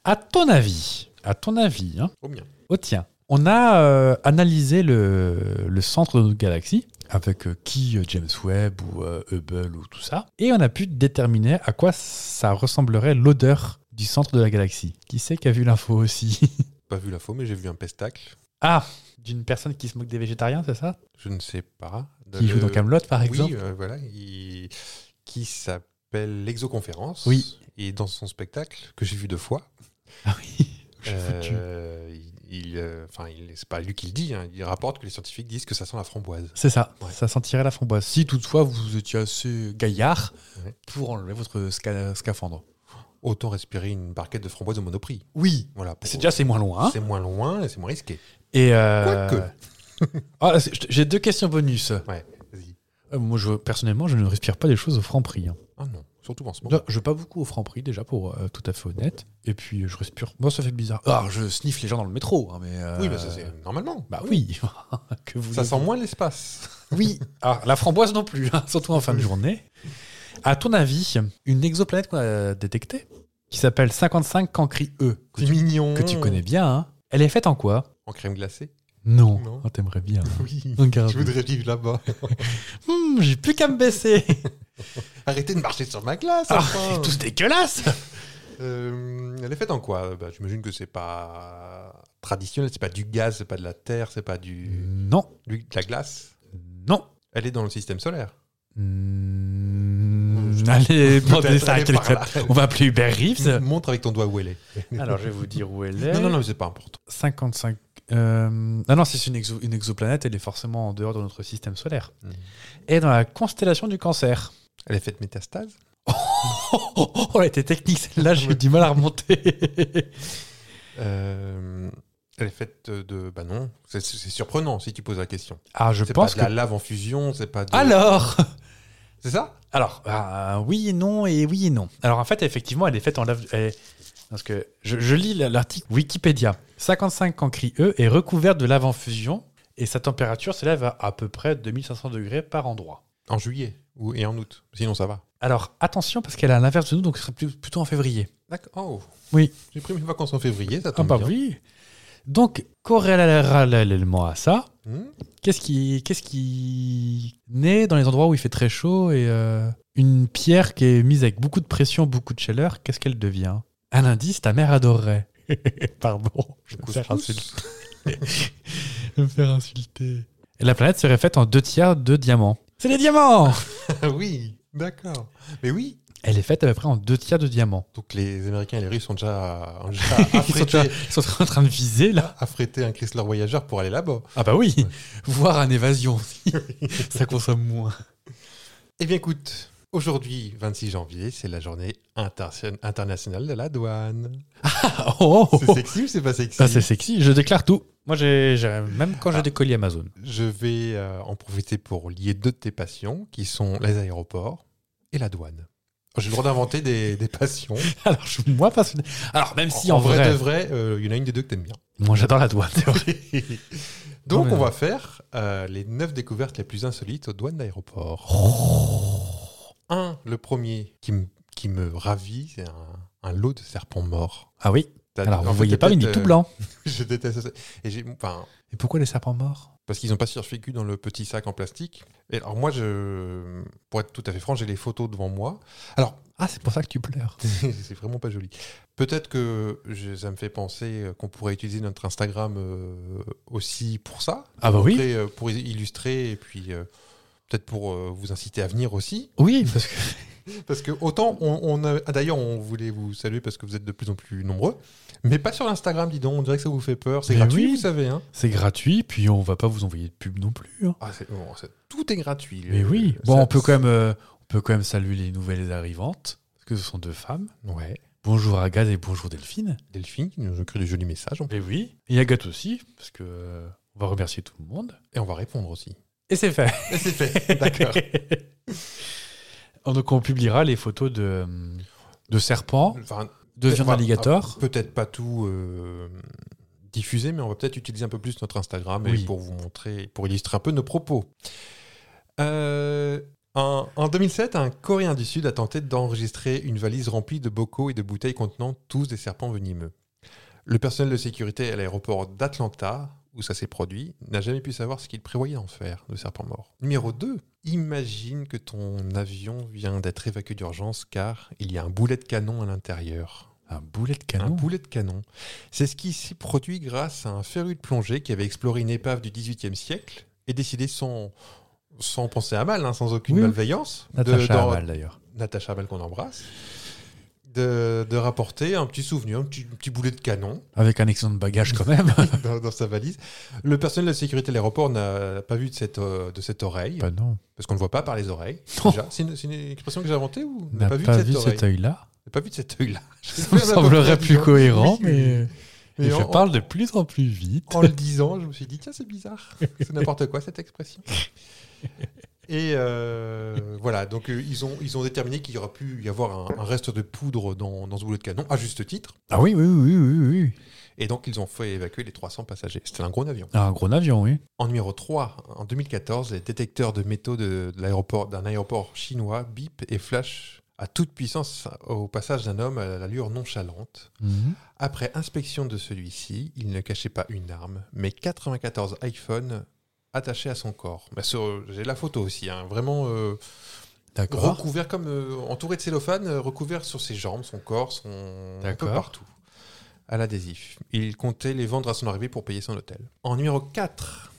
À ton avis, à ton avis, hein,
Oh bien.
au tien, on a euh, analysé le, le centre de notre galaxie avec euh, qui euh, James Webb ou euh, Hubble ou tout ça, et on a pu déterminer à quoi ça ressemblerait l'odeur du centre de la galaxie. Qui c'est qui a vu l'info aussi
Pas vu l'info, mais j'ai vu un pestacle.
Ah, d'une personne qui se moque des végétariens, c'est ça
Je ne sais pas. De-
Qui joue dans Camelot, par exemple
Oui, euh, voilà. il- Qui s'appelle l'exoconférence.
Oui.
Et dans son spectacle, que j'ai vu deux fois,
Ah oui, je suis foutu.
euh, il, il, euh, enfin, il- c'est pas lui qui le dit. hein, il rapporte que les scientifiques disent que ça sent la framboise.
C'est ça,
Ouais.
ça sentirait la framboise. Si toutefois vous étiez assez gaillard
Ouais.
pour enlever votre sca- scaphandre.
Autant respirer une barquette de framboise au monoprix.
Oui,
Voilà. pour-
c'est déjà hein c'est moins loin.
C'est moins loin et c'est moins risqué.
Et euh,
Quoique.
ah, c'est- je- j'ai deux questions bonus.
Ouais, vas-y.
Euh, moi, je, personnellement, je ne respire pas des choses au franc prix. hein.
Ah non, surtout en ce moment.
Je Je vais pas beaucoup au franc prix déjà, pour euh, tout à fait honnête. Et puis, euh, je respire. Moi, ça fait bizarre. Ah, je sniffe les gens dans le métro, hein, mais. euh,
Oui, mais ça, c'est normalement.
Bah oui, que vous.
Ça sent moins l'espace.
Oui, alors, la framboise non plus, hein, surtout en fin de journée. À ton avis, une exoplanète qu'on a détectée, qui s'appelle 55 Cancri E, que
C'est
tu,
mignon.
que tu connais bien, hein, elle est faite en quoi
En crème glacée.
Non,
Non.
Oh, t'aimerais bien. hein.
Oui.
Regarde.
Je voudrais vivre là-bas.
Hmm, J'ai plus qu'à me baisser.
Arrêtez de marcher sur ma glace.
Ah,
enfin.
c'est tous dégueulasse.
Euh, elle est faite en quoi Bah, J'imagine que c'est pas traditionnel. C'est pas du gaz, c'est pas de la terre, c'est pas du...
Non,
du- de la glace.
non.
Elle est dans le système solaire.
Hmm, allez, demander ça à
elle est par
quelqu'un.
là.
On va appeler Hubert Reeves.
Montre avec ton doigt où elle est.
Alors, je vais vous dire où elle est.
Non, non, non, mais c'est pas important.
55. euh, ah non, c'est une, exo- une exoplanète, elle est forcément en dehors de notre système solaire.
Mm.
Et dans la constellation du cancer.
Elle est faite métastase.
Oh, oh, oh, elle était technique celle-là, j'ai eu du mal à remonter.
Euh, elle est faite de. Bah non, c'est c'est surprenant si tu poses la question.
ah, je
C'est pas
pense
de
que. Ah,
la lave en fusion, c'est pas de.
Alors
C'est ça
Alors, euh, oui et non, et oui et non. Alors en fait, effectivement, elle est faite en lave. elle est- Parce que je, je lis l'article Wikipédia. 55 Cancri E est recouverte de lave en fusion et sa température s'élève à à peu près 2500 degrés par endroit.
En juillet ou, et en août. Sinon, ça va.
Alors attention parce qu'elle est à l'inverse de nous, donc ce serait plus- plutôt en février.
D'accord. Oh.
Oui.
J'ai pris mes vacances en février, ça
Ah
tombe
bah
bien.
oui. Donc corrélalement à ça,
Hmm
qu'est-ce qui qu'est-ce qui naît dans les endroits où il fait très chaud et euh, une pierre qui est mise avec beaucoup de pression, beaucoup de chaleur, qu'est-ce qu'elle devient Un indice, ta mère adorerait. Pardon, je vais me faire
Couscous.
insulter. Je vais me faire insulter. Et la planète serait faite en deux tiers de diamants. C'est les diamants
Ah oui, d'accord. Mais oui.
Elle est faite à peu près en deux tiers de diamants.
Donc les Américains et les Russes ont déjà, ont déjà
Ils sont,
affrété,
déjà- ils sont en train de viser là.
affrété un Chrysler Voyageur pour aller là-bas.
Ah bah oui, voir un évasion, ça consomme moins.
Eh bien écoute, Aujourd'hui, 26 janvier, c'est la journée interse- internationale de la douane.
Ah, oh, oh,
C'est
oh.
sexy ou c'est pas sexy
Ça, c'est sexy. Je déclare tout. Ah. Moi, j'ai j'ai- même quand j'ai des colis Amazon.
Je vais euh, en profiter pour lier deux de tes passions, qui sont les aéroports et la douane. Oh, J'ai le droit d'inventer des, des passions.
Alors, je suis moins passionné. Alors, même si en, vrai,
de vrai, euh, il y en a une des deux que t'aimes bien.
moi, j'adore la douane. c'est vrai.
Donc,
Non, mais-
on va faire euh, les neuf découvertes les plus insolites aux douanes d'aéroport. Un, le premier qui me, qui me ravit, c'est un, un lot de serpents morts.
Ah oui.
T'as-
Alors,
en
vous
fait,
voyez
t'as
pas, mais il est
peut-être,
tout
euh,
blanc.
Je déteste ça. Et j'ai- enfin,
Et pourquoi les serpents morts
parce qu'ils n'ont pas survécu dans le petit sac en plastique. Et alors, moi, je, pour être tout à fait franc, j'ai les photos devant moi. Alors,
Ah, c'est pour ça que tu pleures.
c'est vraiment pas joli. Peut-être que je- ça me fait penser euh, qu'on pourrait utiliser notre Instagram euh, aussi pour ça.
Ah bah oui.
Montrer, euh, Pour i- illustrer et puis euh, peut-être pour euh, vous inciter à venir aussi.
Oui, parce que
Parce que autant on, on a- ah, d'ailleurs on voulait vous saluer parce que vous êtes de plus en plus nombreux, mais pas sur l'Instagram, dis donc. On dirait que ça vous fait peur. C'est
Mais
gratuit,
oui.
vous savez. Hein
c'est gratuit, puis on va pas vous envoyer de pub non plus. hein.
Ah, c'est- bon, c'est- tout est gratuit.
Mais
Euh,
oui.
ça-
Bon, on peut quand même, euh, on peut quand même saluer les nouvelles arrivantes, parce que ce sont deux femmes.
Ouais.
Bonjour Agathe et bonjour Delphine.
Delphine qui nous écrit des jolis messages
Mais Eh oui. Et Agathe aussi, parce que euh, on va remercier tout le monde.
et on va répondre aussi.
Et c'est fait.
Et c'est fait. D'accord.
Donc on publiera les photos de, euh, de serpents,
Enfin,
de viande
Enfin,
alligator.
ah, Peut-être pas tout euh, diffusé, mais on va peut-être utiliser un peu plus notre Instagram et
Oui.
pour vous montrer, pour illustrer un peu nos propos. Euh, un- en 2007, un Coréen du Sud a tenté d'enregistrer une valise remplie de bocaux et de bouteilles contenant tous des serpents venimeux. Le personnel de sécurité à l'aéroport d'Atlanta, où ça s'est produit, n'a jamais pu savoir ce qu'il prévoyait en faire de serpents morts. Numéro 2. Imagine que ton avion vient d'être évacué d'urgence car il y a un boulet de canon à l'intérieur
Un boulet de
un
canon.
boulet de canon. C'est ce qui s'est produit grâce à un féru de plongée qui avait exploré une épave du XVIIIe siècle et décidé sans, sans penser à mal, hein, sans aucune
Oui.
malveillance, de-
ah, Natacha
d'en-
Amal, d'ailleurs.
Natacha Amal qu'on embrasse, de, de rapporter un petit souvenir, un petit, un petit boulet de canon
Avec un excellent bagage quand même.
dans, dans sa valise. Le personnel de sécurité de l'aéroport n'a pas vu de cette, euh, de cette oreille,
Bah non.
parce qu'on ne voit pas par les oreilles.
Non.
déjà. C'est une, c'est une expression que j'ai inventée ou
n'a pas,
de oreille
vu cet œil-là.
N'a pas vu de cet œil-là.
Ça me semblerait plus cohérent,
Oui, oui.
mais, mais
Mais
je
en-
parle de plus en plus vite.
en le disant, je me suis dit, tiens, c'est bizarre. C'est n'importe quoi cette expression. Et euh, voilà, donc euh, ils ont, ils ont déterminé qu'il y aurait pu y avoir un, un reste de poudre dans, dans ce boulot de canon, à juste titre.
Ah oui, oui, oui, oui, oui.
Et donc ils ont fait évacuer les 300 passagers. C'était un gros avion.
Ah, Un gros avion, oui.
En numéro 3, en 2014, les détecteurs de métaux de, de l'aéroport, d'un aéroport chinois bip et flash à toute puissance au passage d'un homme à l'allure nonchalante.
Mhm.
Après inspection de celui-ci, il ne cachait pas une arme, mais 94 iPhones attachés à son corps. Bah, sur- J'ai la photo aussi, hein, vraiment euh,
D'accord.
recouvert comme euh, entouré de cellophane, euh, recouvert sur ses jambes, son corps, son un peu
D'accord.
partout. À l'adhésif. Il comptait les vendre à son arrivée pour payer son hôtel. En numéro 4,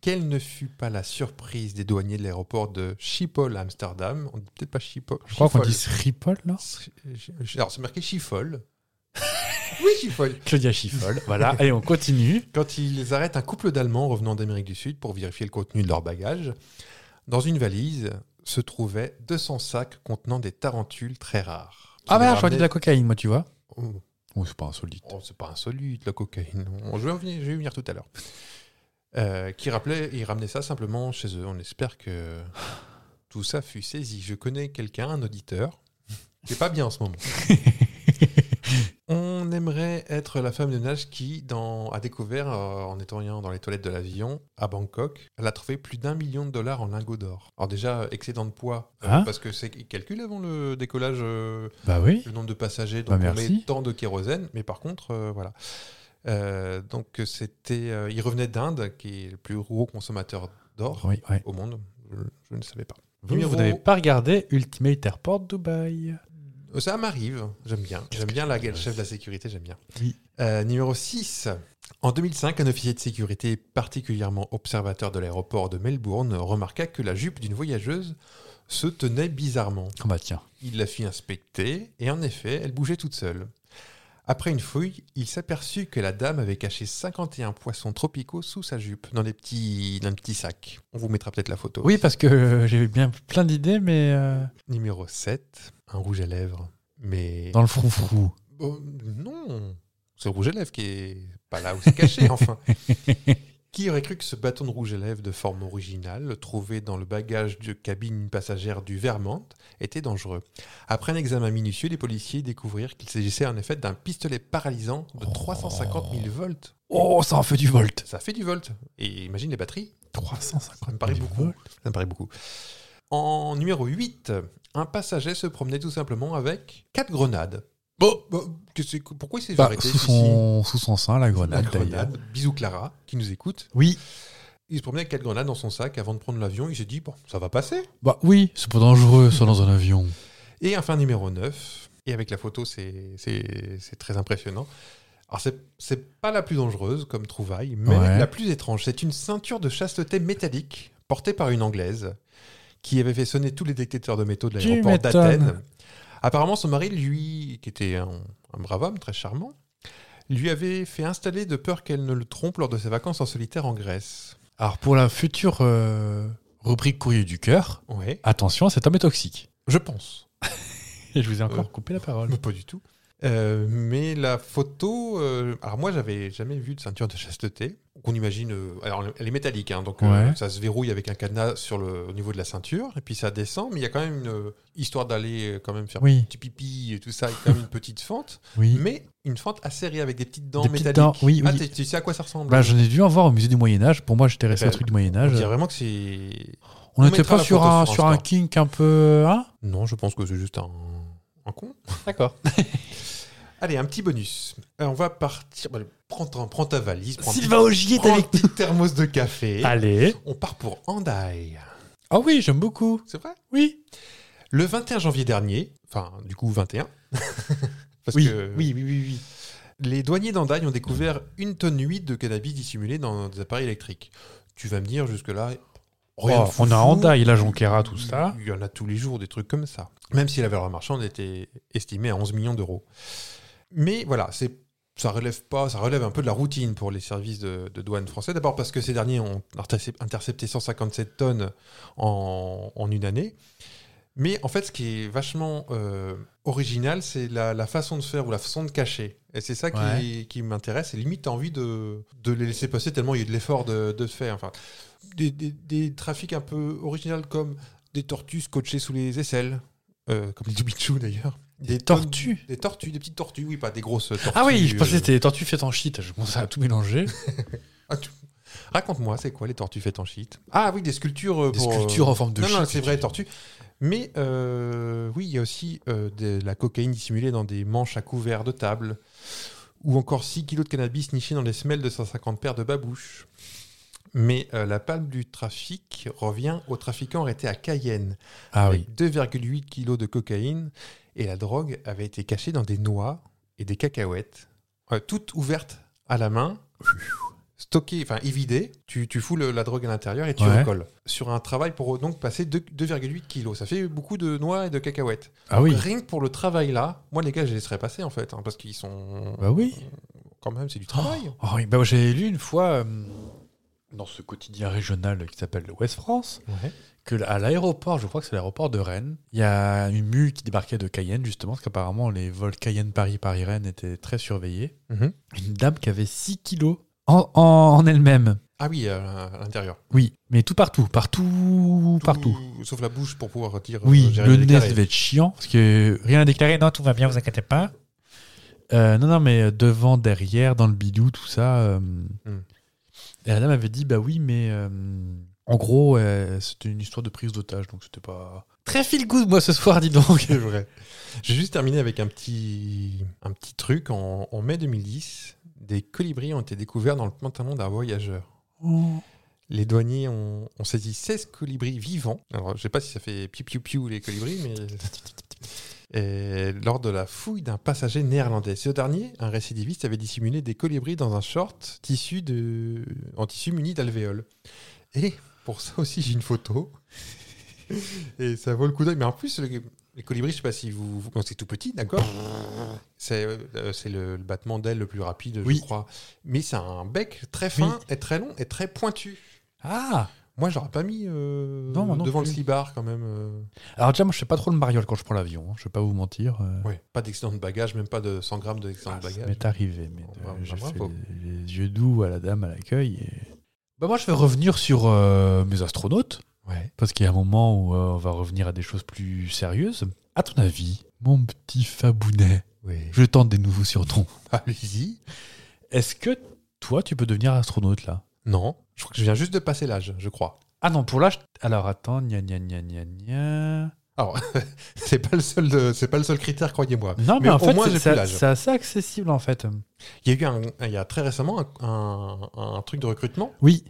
quelle ne fut pas la surprise des douaniers de l'aéroport de Schiphol à Amsterdam On dit peut-être pas Schiphol.
Je crois qu'on
Schiphol.
dit Schiphol, là.
Alors, c'est marqué Schiphol. oui, Schiphol.
Claudia Schiphol. voilà. Allez, on continue.
Quand ils arrêtent un couple d'Allemands revenant d'Amérique du Sud pour vérifier le contenu de leur bagage, dans une valise se trouvaient 200 sacs contenant des tarentules très rares.
Ah merde,
merde,
j'aurais dit de la cocaïne, moi, tu vois.
Oh,
Oh, c'est pas insolite.
oh, c'est pas insolite, la cocaïne. On- je, vais en venir, je vais y venir tout à l'heure. Euh, qui rappelait, ils ramenaient ça simplement chez eux. On espère que tout ça fut saisi. Je connais quelqu'un, un auditeur, qui est pas bien en ce moment. On aimerait être la femme de nage qui dans, a découvert, euh, en étant dans les toilettes de l'avion à Bangkok, elle a trouvé plus d'un million de dollars en lingots d'or. Alors déjà, excédent de poids, euh,
Hein
parce que c'est ils calculent avant le décollage euh,
Bah oui.
le nombre de passagers,
Bah,
donc on
merci.
met tant de kérosène, mais par contre, euh, voilà. Euh, donc c'était, euh, il revenait d'Inde, qui est le plus gros consommateur d'or
Oui, ouais.
au monde. Je, je ne savais pas.
Oh. Vous,
Numéro-
vous n'avez pas regardé Ultimate Airport Dubaï.
Ça m'arrive, j'aime bien. J'aime bien la le chef de la sécurité, j'aime bien.
Oui.
Euh, numéro 6. En 2005, un officier de sécurité particulièrement observateur de l'aéroport de Melbourne remarqua que la jupe d'une voyageuse se tenait bizarrement.
Ah bah tiens.
Il la fit inspecter et en effet, elle bougeait toute seule. Après une fouille, il s'aperçut que la dame avait caché 51 poissons tropicaux sous sa jupe, dans, des petits, dans un petit sac. On vous mettra peut-être la photo.
Oui, parce que euh, j'ai eu bien plein d'idées, mais euh,
Numéro 7, un rouge à lèvres. Mais.
dans le frou-frou.
Bon, Oh, non C'est le rouge à lèvres qui est pas là où c'est caché, enfin Qui aurait cru que ce bâton de rouge à lèvres de forme originale, trouvé dans le bagage de cabine passagère du Vermont, était dangereux Après un examen minutieux, les policiers découvrirent qu'il s'agissait en effet d'un pistolet paralysant de 350 000 volts.
Oh, ça en fait du volt
Ça fait du volt Et imagine les batteries
350
Ça me paraît beaucoup. Ça me paraît beaucoup. En numéro 8, un passager se promenait tout simplement avec quatre grenades. Bon, bon, que c'est- pourquoi il s'est
Bah,
arrêté
sous,
ici
son, sous son sein, la
La
grenade, d'ailleurs.
grenade. Bisous Clara, qui nous écoute.
Oui,
Il se promenait avec quatre grenades dans son sac avant de prendre l'avion. Il s'est dit, bon, ça va passer.
bah oui, c'est pas dangereux, ça, dans un avion.
Et enfin, numéro 9. Et avec la photo, c'est c'est- c'est très impressionnant. Alors, c'est- c'est pas la plus dangereuse comme trouvaille, mais
Ouais.
la plus étrange. C'est une ceinture de chasteté métallique portée par une Anglaise qui avait fait sonner tous les détecteurs de métaux de
Tu
l'aéroport
m'étonnes.
d'Athènes. Apparemment, son mari, lui, qui était un, un brave homme très charmant, lui avait fait installer de peur qu'elle ne le trompe lors de ses vacances en solitaire en Grèce.
Alors, pour la future euh, rubrique courrier du cœur,
Ouais,
attention, cet homme est toxique. Euh.
je pense.
Et je vous ai
encore
coupé la parole.
Mais pas du tout. Euh, mais la photo, euh, alors moi j'avais jamais vu de ceinture de chasteté. Qu'on imagine, euh, alors elle est métallique, hein, donc euh,
Ouais.
ça se verrouille avec un cadenas sur le, au niveau de la ceinture, et puis ça descend, mais il y a quand même une euh, histoire d'aller euh, quand même faire
Oui,
un petit pipi et tout ça, il y a quand même une petite fente,
oui.
mais une fente acérée avec des petites dents
Des petites
métalliques.
dents, oui,
Ah,
oui.
t'es- tu sais à quoi ça ressemble
Bah, j'en ai dû en voir au musée du Moyen-Âge. Pour moi, j'étais resté
Eh
au
ben,
truc du
On
Moyen-Âge.
dirait vraiment que c'est.
On
on
n'était
mettra
pas
la
sur
photo
un,
sur
sur un
Insta.
kink un peu. Hein
Non, je pense que c'est juste un, un con.
D'accord.
Allez, un petit bonus. Euh, on va partir. bah, prends, ton- prends ta valise, prends
Sylvain Augier est
Prends une
avec
petite thermos de café.
Allez.
On part pour Andai.
Ah oui, j'aime beaucoup.
C'est vrai
Oui.
Le 21 janvier dernier, enfin du coup 21, parce
oui.
que
oui, oui, oui, oui.
les douaniers d'Andai ont découvert une tonne 8 de cannabis dissimulée dans des appareils électriques. Tu vas me dire jusque-là... rien de
Oh, on a
foufou.
Andaï, la Jonquera, tout ça.
Il y en a tous les jours des trucs comme ça. Même si la valeur marchande était estimée à 11 millions d'euros. Mais voilà, c'est ça relève pas, ça relève un peu de la routine pour les services de, de douane français. D'abord parce que ces derniers ont intercep- intercepté 157 tonnes en, en une année. Mais en fait, ce qui est vachement euh, original, c'est la, la façon de faire ou la façon de cacher. Et c'est ça qui,
Ouais.
qui m'intéresse. Et limite, t'as envie de, de les laisser passer tellement il y a eu de l'effort de, de se faire. Enfin, des, des- des trafics un peu originaux comme des tortues scotchées sous les aisselles, euh, comme les Dubichou d'ailleurs. Des, tonnes-
tortues
Des tortues, des petites tortues, oui, pas des grosses tortues.
Ah oui, je
euh,
pensais que c'était les tortues faites en shit. Je commençais à tout mélanger.
ah, tu- Raconte-moi, c'est quoi les tortues faites en shit Ah oui, des sculptures. euh,
Des
pour, euh,
sculptures en forme de
non,
shit.
non, c'est vrai, tortues. Mais euh, oui, il y a aussi euh, de la cocaïne dissimulée dans des manches à couvert de table. Ou encore 6 kilos de cannabis nichés dans les semelles de 150 paires de babouches. Mais euh, la palme du trafic revient aux trafiquants arrêtés à Cayenne.
Ah oui.
avec 2,8 kilos de cocaïne. Et la drogue avait été cachée dans des noix et des cacahuètes. euh, toutes ouvertes à la main. Stockées, enfin évidées. Tu, tu fous le- la drogue à l'intérieur et tu
Ouais.
recolles. Sur un travail pour donc passer 2 2,8 kilos. Ça fait beaucoup de noix et de cacahuètes.
Ah oui.
Rien que pour le travail là, moi les gars, je les laisserais passer en fait. hein, parce qu'ils sont.
Bah oui.
Quand même, c'est du travail.
Oh oui, bah, j'ai lu une fois euh, dans ce quotidien régional qui s'appelle le West France
Ouais.
que à l'aéroport, je crois que c'est l'aéroport de Rennes, il y a une mule qui débarquait de Cayenne justement parce qu'apparemment les vols Cayenne-Paris-Paris-Rennes étaient très surveillés.
Mhm.
Une dame qui avait 6 kilos en, en- en elle-même.
Ah oui, euh, à l'intérieur.
Oui, mais tout partout, partout,
Tout-
partout.
Sauf la bouche pour pouvoir dire.
Oui,
euh, gérer
le
les
nez
carrés.
devait être chiant parce que rien à déclarer. Non, tout va bien, vous inquiétez pas. Euh, non, non, mais devant, derrière, dans le bidou, tout ça. euh,
Hmm.
Et la dame avait dit bah oui, mais euh, en gros, euh, c'était une histoire de prise d'otage, donc c'était pas très feel good moi ce soir, dis donc.
C'est vrai. J'ai juste terminé avec un petit, un petit truc. En, en mai 2010, des colibris ont été découverts dans le pantalon d'un voyageur. Les douaniers ont, ont saisi 16 colibris vivants. Alors, je sais pas si ça fait piou piou piou les colibris, mais. Et lors de la fouille d'un passager néerlandais. Ce dernier, un récidiviste, avait dissimulé des colibris dans un short tissu de... en tissu muni d'alvéoles. Et pour ça aussi, j'ai une photo. Et ça vaut le coup d'œil. Mais en plus, le- Les colibris, je sais pas si vous. vous- Quand c'est tout petit, d'accord C'est euh, c'est le, le battement d'aile le plus rapide,
Oui.
je crois. Mais c'est un bec très fin et très long et très pointu.
Ah
Moi, j'aurais pas mis euh,
Non, moi non
devant
plus.
le slibard quand même. euh.
Alors déjà, moi, je fais pas trop le mariole quand je prends l'avion. hein, Je vais pas vous mentir. euh,
Ouais. Pas d'accident de bagage, même pas de 100 grammes d'accident
ah,
de
ça
bagage.
m'est arrivé. Mais
Bon,
euh,
bah,
j'ai
bah,
fait
bravo.
les, les yeux doux à la dame à l'accueil. et- Bah, moi, je vais revenir sur euh, mes astronautes.
Ouais.
Parce qu'il y a un moment où euh, on va revenir à des choses plus sérieuses. À ton avis, mon petit Fabounet,
Oui.
je tente des nouveaux surnoms.
Allez-y.
Est-ce que toi, tu peux devenir astronaute là
Non, je crois que je viens juste de passer l'âge, je crois.
Ah non, pour l'âge. Alors attends, gna gna gna gna gna.
Alors, c'est pas le seul, euh, c'est pas le seul critère, croyez-moi.
Non, mais, en
au
fait,
moins,
c'est-
j'ai plus
c'est
l'âge.
c'est assez accessible en fait.
Il y a eu un, il y a très récemment un, un- un truc de recrutement.
Oui.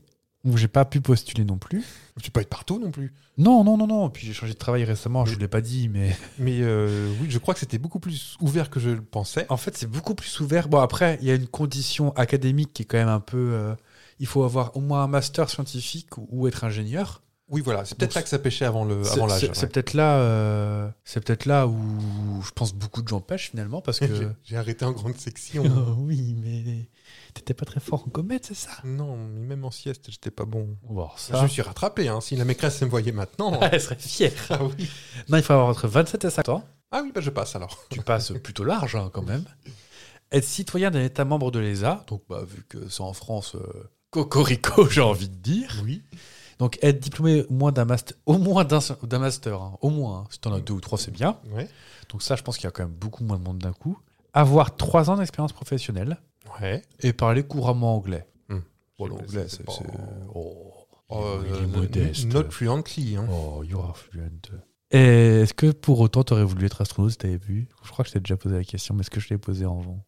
Donc j'ai pas pu postuler non plus.
Tu peux être partout non plus. Non,
Non, non, non, non. Puis j'ai changé de travail récemment, je vous l'ai pas dit, mais.
Mais euh, oui, je crois que c'était beaucoup plus ouvert que je le pensais.
En fait, c'est beaucoup plus ouvert. Bon, après, il y a une condition académique qui est quand même un peu. euh, il faut avoir au moins un master scientifique ou, ou être ingénieur.
Oui, voilà, c'est peut-être
Donc,
là que ça pêchait avant le,
C'est-
avant l'âge.
C'est c'est peut-être là, euh, c'est peut-être là où je pense beaucoup de gens pêchent finalement parce
ouais.
que.
J'ai- J'ai arrêté en grande section.
Oh oui, mais t'étais pas très fort en comète, c'est ça
non, mais même en sieste, j'étais pas bon.
On va voir
Je
ça.
me suis rattrapé. Hein. Si la maîtresse me voyait maintenant,
Elle serait fière.
ah oui,
Non, il faut avoir entre 27 et 50 ans.
ah oui, bah je passe alors.
Tu passes plutôt large hein, quand même. Être citoyen d'un État membre de l'ESA, donc bah, vu que c'est en France, euh, cocorico, j'ai envie de dire.
Oui.
Donc être diplômé au moins d'un master, au moins d'un d'un master, hein, au moins. hein. Si t'en as deux ou trois, c'est bien.
Ouais.
Donc ça, je pense qu'il y a quand même beaucoup moins de monde d'un coup. Avoir trois ans d'expérience professionnelle
Ouais.
et parler couramment anglais.
Hmm.
Bon,
C'est-
l'anglais,
c'est
c'est...
pas-
c'est- Oh,
Euh,
il est
n-
modeste.
Not fluently. Hein.
Oh, you are fluent. Et est-ce que pour autant, t'aurais voulu être astronaute si t'avais vu Je crois que je t'ai déjà posé la question, mais est-ce que je l'ai posée en vent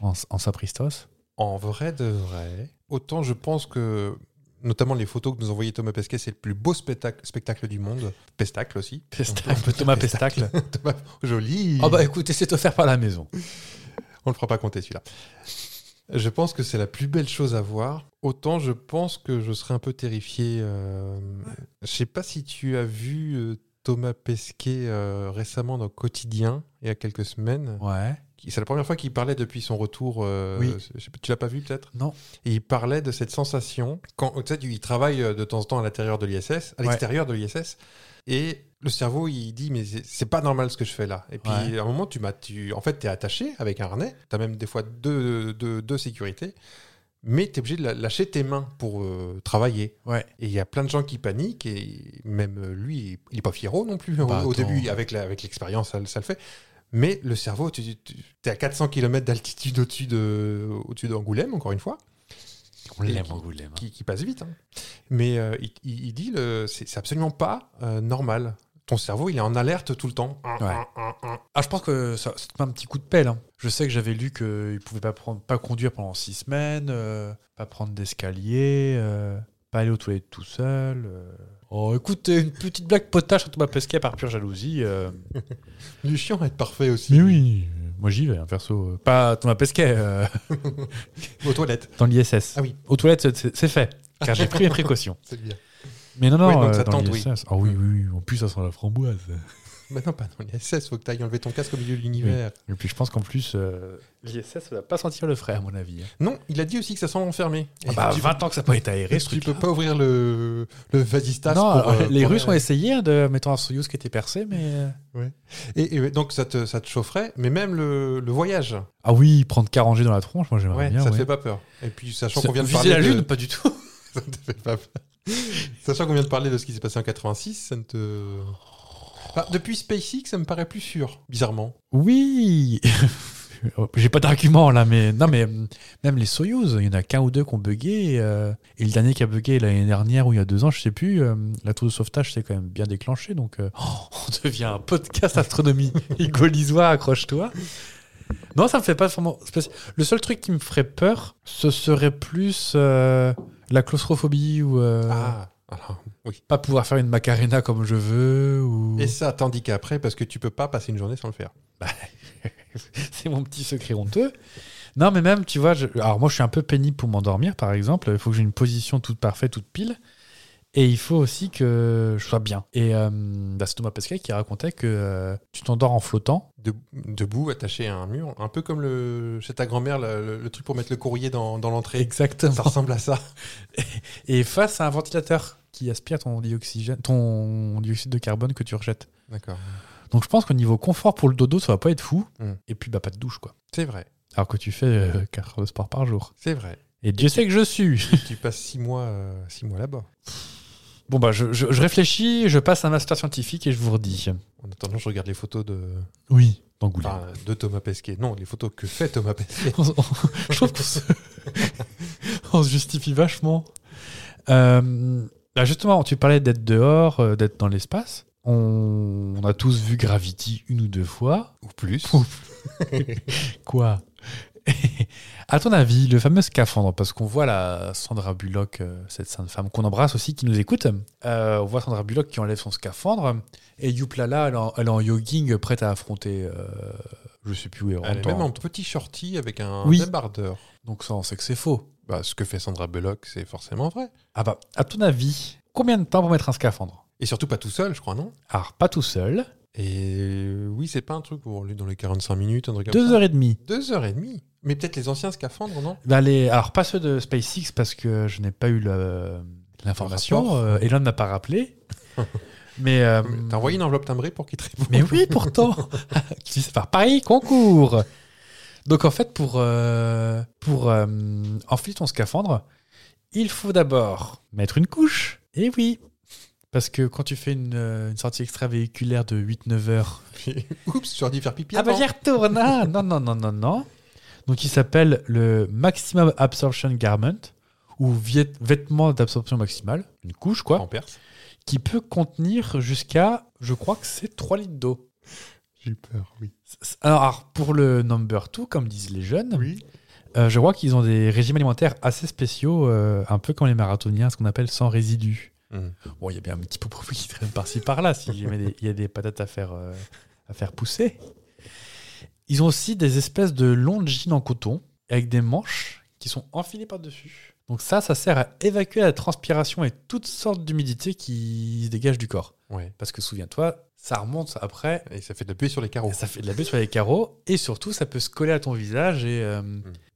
En, en sapristos
En vrai de vrai, autant je pense que, notamment les photos que nous envoyait Thomas Pesquet, c'est le plus beau spectacle, spectacle du monde. Pestacle aussi.
Pestacle, Thomas Pestacle.
Thomas, joli.
Ah bah écoutez, c'est offert par la maison.
On le fera pas compter celui-là. Je pense que c'est la plus belle chose à voir. Autant je pense que je serais un peu terrifié. euh, Je sais pas si tu as vu euh, Thomas Pesquet euh, récemment dans Quotidien, il y a quelques semaines.
Ouais.
Qui- C'est la première fois qu'il parlait depuis son retour. euh,
Oui.
je sais pas, tu l'as pas vu peut-être
Non.
Et il parlait de cette sensation. Quand, tu sais, il travaille euh, de temps en temps à l'intérieur de l'ISS, à
Ouais.
l'extérieur de l'ISS. Et le cerveau, il dit Mais c'est c'est pas normal ce que je fais là. Et puis,
Ouais.
à un moment, tu, m'as- tu en fait, tu es attaché avec un harnais. Tu as même des fois deux, deux, deux sécurités. Mais tu es obligé de la- lâcher tes mains pour euh, travailler.
Ouais.
Et il y a plein de gens qui paniquent. Et même euh, lui, il n'est pas fiero non plus.
Bah,
au, au
attends.
début, avec la- avec l'expérience, ça, le- ça le fait. Mais le cerveau, tu es à 400 km d'altitude au-dessus de- au-dessus d'Angoulême, encore une fois
On
l'aime, on
l'aime.
qui, qui passe vite. hein. Mais euh, il, il- il dit le, c'est, c'est absolument pas euh, normal. Ton cerveau, il est en alerte tout le temps. Hum,
Ouais.
hum, hum, hum.
Ah, je pense que ça- c'était un petit coup de pelle. hein. Je sais que j'avais lu qu'il pouvait pas, prendre, pas conduire pendant six semaines, euh, pas prendre d'escalier, euh, pas aller aux toilettes tout seul. euh. Oh, écoute, une petite blague potache à Thomas Pesquet par pure jalousie. euh.
Du chiant à être parfait aussi.
Mais oui, moi j'y vais, un perso. euh, Pas Thomas Pesquet, euh,
Aux toilettes.
dans l'ISS.
Ah oui.
Aux toilettes, c'est- c'est c'est fait, car j'ai pris mes précautions.
C'est bien.
Mais non, non,
Oui, donc
euh,
ça
dans
tente, oui.
l'ISS. Ah oui, oui, oui, en plus ça sent la framboise.
Maintenant, pas dans les SS, faut que tu ailles enlever ton casque au milieu de l'univers.
Et puis je pense qu'en plus, euh, l'ISS, ça va pas sentir le frais, à mon avis. hein.
Non, il a dit aussi que ça sent enfermé.
Ah bah, 20 ans que ça n'a pas été aéré, ce
tu
truc-là.
peux pas ouvrir le, le vasistas.
Non,
pour, euh,
les
pour-
Russes ont essayé hein, de mettre un Soyuz qui était percé, mais. euh,
Et, et donc, ça te, ça te chaufferait, mais même le, le voyage,
Ah oui, prendre Carangé dans la tronche, moi j'aimerais
ouais,
bien.
ça te
ouais.
fait pas peur. Et puis, sachant
Ça-
qu'on vient de
viser
parler
la
de-
Lune, pas du tout.
Ça ne te fait pas peur. Sachant qu'on vient de parler de ce qui s'est passé en 86, ça ne te. Ah, depuis SpaceX, ça me paraît plus sûr, bizarrement.
Oui J'ai pas d'argument là, mais. Non, mais hum, même les Soyuz, il y en a qu'un ou deux qui ont bugué. Et, euh, et le dernier qui a bugué l'année dernière ou il y a deux ans, je sais plus, euh, la tour de sauvetage s'est quand même bien déclenchée. Donc euh, oh, on devient un podcast astronomie. Hugo Lisois, accroche-toi. Non, ça me fait pas vraiment. spéci- Le seul truc qui me ferait peur, ce serait plus euh, la claustrophobie ou. euh,
Ah, alors, oui.
pas pouvoir faire une macarena comme je veux ou
Et ça, tandis qu'après, parce que tu peux pas passer une journée sans le faire.
c'est mon petit secret honteux. Non mais même tu vois, je- alors moi je suis un peu pénible pour m'endormir par exemple, il faut que j'ai une position toute parfaite, toute pile. Et il faut aussi que je sois bien. Et euh, bah, c'est Thomas Pesquet qui racontait que euh, tu t'endors en flottant.
De- debout, attaché à un mur, un peu comme le, chez ta grand-mère, le, le- le truc pour mettre le courrier dans, dans l'entrée. Ça
Exactement.
ressemble à ça.
Et face à un ventilateur qui aspire ton dioxygène, ton dioxyde de carbone que tu rejettes.
D'accord.
Donc je pense qu'au niveau confort pour le dodo, ça va pas être fou.
Mm.
Et puis bah pas de douche quoi.
C'est vrai,
Alors que tu fais euh, 4 heures de sport par jour.
c'est vrai.
Et Dieu sait que je suis.
tu passes six mois, euh, six mois là-bas.
bon bah je, je- je réfléchis, je passe un master scientifique et je vous redis.
En attendant, je regarde les photos de,
Oui. D'Angoulême.
enfin, de Thomas Pesquet. Non, les photos que fait Thomas Pesquet.
On- on- je trouve qu'on se... on se justifie vachement. Euh, là, justement, tu parlais d'être dehors, euh, d'être dans l'espace. On... on a tous vu Gravity une ou deux fois.
Ou plus.
Quoi À ton avis, le fameux scaphandre, parce qu'on voit la Sandra Bullock, euh, cette sainte femme qu'on embrasse aussi, qui nous écoute. Euh, on voit Sandra Bullock qui enlève son scaphandre et Yuplala, elle, est en- elle est en jogging, prête à affronter. euh, je sais plus où elle
Elle est
rentre.
même
en-
en petit shorty avec un
Oui.
débardeur.
Donc ça, on sait que c'est faux.
Bah, ce que fait Sandra Bullock, c'est forcément vrai.
Ah bah, à ton avis, combien de temps pour mettre un scaphandre
Et surtout pas tout seul, je crois, non
Alors, pas tout seul,
Et euh, oui, c'est pas un truc pour lui dans les 45 minutes, un truc comme
deux
ça.
heures et demie.
Deux heures et demie. Mais peut-être les anciens scaphandres, non
Bah, les- Alors, pas ceux de SpaceX, parce que je n'ai pas eu le-
Le
l'information.
rapport.
Euh, Elon n'a pas rappelé. Mais, euh,
Mais T'as envoyé une enveloppe timbrée pour qu'il te réponde.
mais oui, pourtant, qui finissait par Paris, concours. Donc, en fait, pour, euh, pour euh, enfiler ton scaphandre, il faut d'abord mettre une couche. Et oui, parce que quand tu fais une, euh, une sortie extravéhiculaire de 8-9 heures,
Puis, Oups, j'aurais dû faire pipi
Ah bah
avant.
j'y retourne ah, Non, non, non, non, non. Donc il s'appelle le Maximum Absorption Garment, ou viet- vêtement d'absorption maximale, une couche quoi,
En perse.
qui peut contenir jusqu'à, je crois que c'est 3 litres d'eau.
J'ai eu peur, oui.
C- c- Alors, alors, pour le number 2, comme disent les jeunes,
Oui.
euh, je crois qu'ils ont des régimes alimentaires assez spéciaux, euh, un peu comme les marathoniens, ce qu'on appelle sans résidus.
Mm.
Bon, il y a bien un petit peu pour qui traîne par-ci par-là, si jamais des- il y a des patates à faire, euh, à faire pousser. Ils ont aussi des espèces de longs jeans en coton, avec des manches qui sont enfilées par-dessus. Donc ça, ça sert à évacuer la transpiration et toutes sortes d'humidité qui se dégagent du corps.
Ouais.
Parce que souviens-toi, ça remonte après
Et ça fait de la pluie sur les carreaux.
ça fait de la buée sur les carreaux et surtout ça peut se coller à ton visage et euh,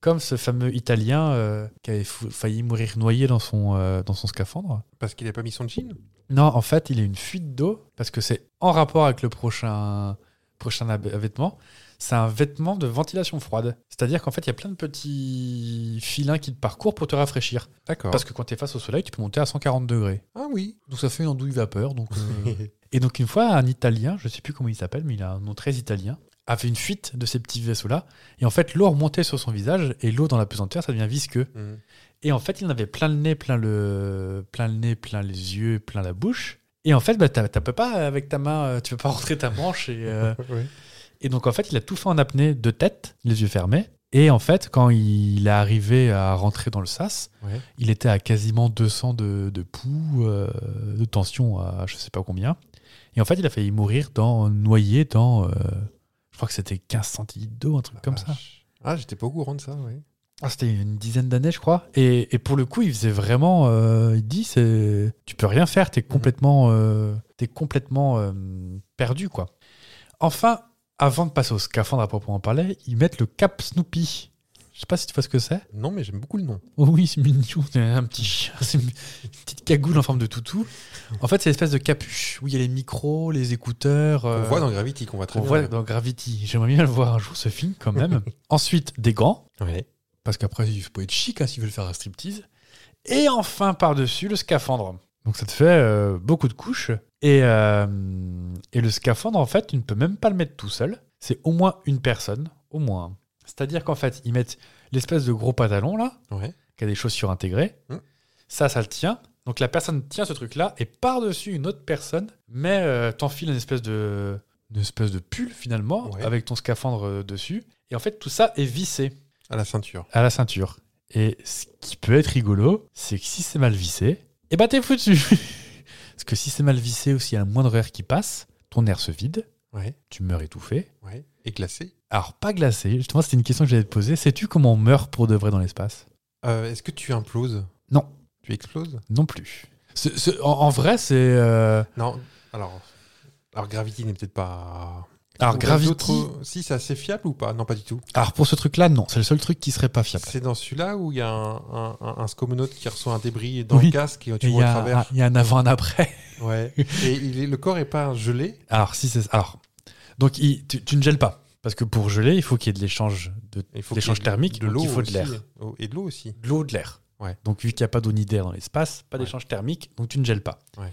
comme ce fameux Italien euh, qui avait fou- failli mourir noyé dans son, euh, dans son scaphandre.
Parce qu'il n'a pas mis son jean
Non, en fait, il a une fuite d'eau parce que c'est en rapport avec le prochain, prochain ab- vêtement. C'est un vêtement de ventilation froide. C'est-à-dire qu'en fait, il y a plein de petits filins qui te parcourent pour te rafraîchir.
D'accord.
Parce que quand tu es face au soleil, tu peux monter à 140 degrés.
Ah oui.
Donc ça fait une andouille vapeur. Donc, euh, Et donc une fois, un Italien, je sais plus comment il s'appelle, mais il a un nom très italien, a fait une fuite de ces petits vaisseaux-là. Et en fait, l'eau remontait sur son visage, et l'eau dans la pesanteur, ça devient visqueux.
Mm.
Et en fait, il en avait plein le nez, plein le, plein le nez, plein les yeux, plein la bouche. Et en fait, bah, t'as- t'as peux pas avec ta main, euh, tu peux pas rentrer ta manche. Et, euh,
Ouais.
et donc en fait, il a tout fait en apnée de tête, les yeux fermés. Et en fait, quand il est arrivé à rentrer dans le sas,
Ouais.
il était à quasiment 200 de, de pouls, euh, de tension à je sais pas combien. Et en fait, il a failli mourir dans, noyé dans, euh, je crois que c'était 15 centilitres d'eau, un truc comme ça.
Vache. Ah, j'étais pas au courant de ça, oui.
Ah, c'était une dizaine d'années, je crois. Et, et pour le coup, il faisait vraiment. euh, il dit, c'est, tu peux rien faire,
Mhm.
t'es complètement, euh, t'es complètement euh, perdu, quoi. Enfin, avant de passer au scaphandre à proprement parler, ils mettent le cap Snoopy. Je sais pas si tu vois ce que c'est.
Non, mais j'aime beaucoup le nom.
Oh oui, c'est mignon, c'est un petit chien, c'est une une petite cagoule en forme de toutou. En fait, c'est l'espèce de capuche où il y a les micros, les écouteurs.
On
euh,
voit dans Gravity qu'on voit très
on
bien.
voit dans Gravity. J'aimerais bien le voir un jour, ce film, quand même. Ensuite, des gants.
Ouais.
Parce qu'après, il faut être chic hein, s'ils veulent faire un striptease. Et enfin, par-dessus, le scaphandre. Donc ça te fait euh, beaucoup de couches. Et, euh, et le scaphandre, en fait, tu ne peux même pas le mettre tout seul. C'est au moins une personne, au moins. C'est-à-dire qu'en fait, ils mettent l'espèce de gros pantalon, là,
Ouais.
qui a des chaussures intégrées.
Mm.
Ça, ça le tient. Donc la personne tient ce truc-là et par-dessus une autre personne, mais euh, t'enfiles une espèce de une espèce de pull finalement
Ouais.
avec ton scaphandre euh, dessus. Et en fait, tout ça est vissé
À la ceinture.
à la ceinture. Et ce qui peut être rigolo, c'est que si c'est mal vissé, eh ben t'es foutu. Parce que si c'est mal vissé ou s'il y a un moindre air qui passe, ton air se vide,
Ouais.
tu meurs étouffé.
Ouais. Et glacé.
Alors pas glacé, justement c'était une question que j'allais te poser. Sais-tu comment on meurt pour de vrai dans l'espace
Euh, Est-ce que tu imploses
Non.
Tu exploses
Non plus. C'est- c'est- en, en vrai, c'est. euh,
Non, alors. Alors, Gravity n'est peut-être pas.
Alors,
Ou
Gravity.
d'autres- euh, Si, c'est assez fiable ou pas Non, pas du tout.
Alors, pour ce truc-là, non. C'est le seul truc qui serait pas fiable.
C'est dans celui-là où il y a un, un, un- un scomonaute qui reçoit un débris dans
Oui.
le casque et tu
Et Il y,
vois à
a
travers.
un- il y a un avant, un après.
Ouais. et il est- le corps est pas gelé.
Alors, si c'est. Alors. Donc, il- tu, tu ne gèles pas. Parce que pour geler, il faut qu'il y ait de l'échange de,
Il faut
l'échange
qu'il y ait
thermique, donc il faut de
aussi.
l'air.
Oh, Et de l'eau aussi.
de l'eau, de l'air.
Ouais.
Donc, vu qu'il n'y a pas d'eau ni d'air dans l'espace, pas
Ouais.
d'échange thermique, donc tu ne gèles pas.
Ouais.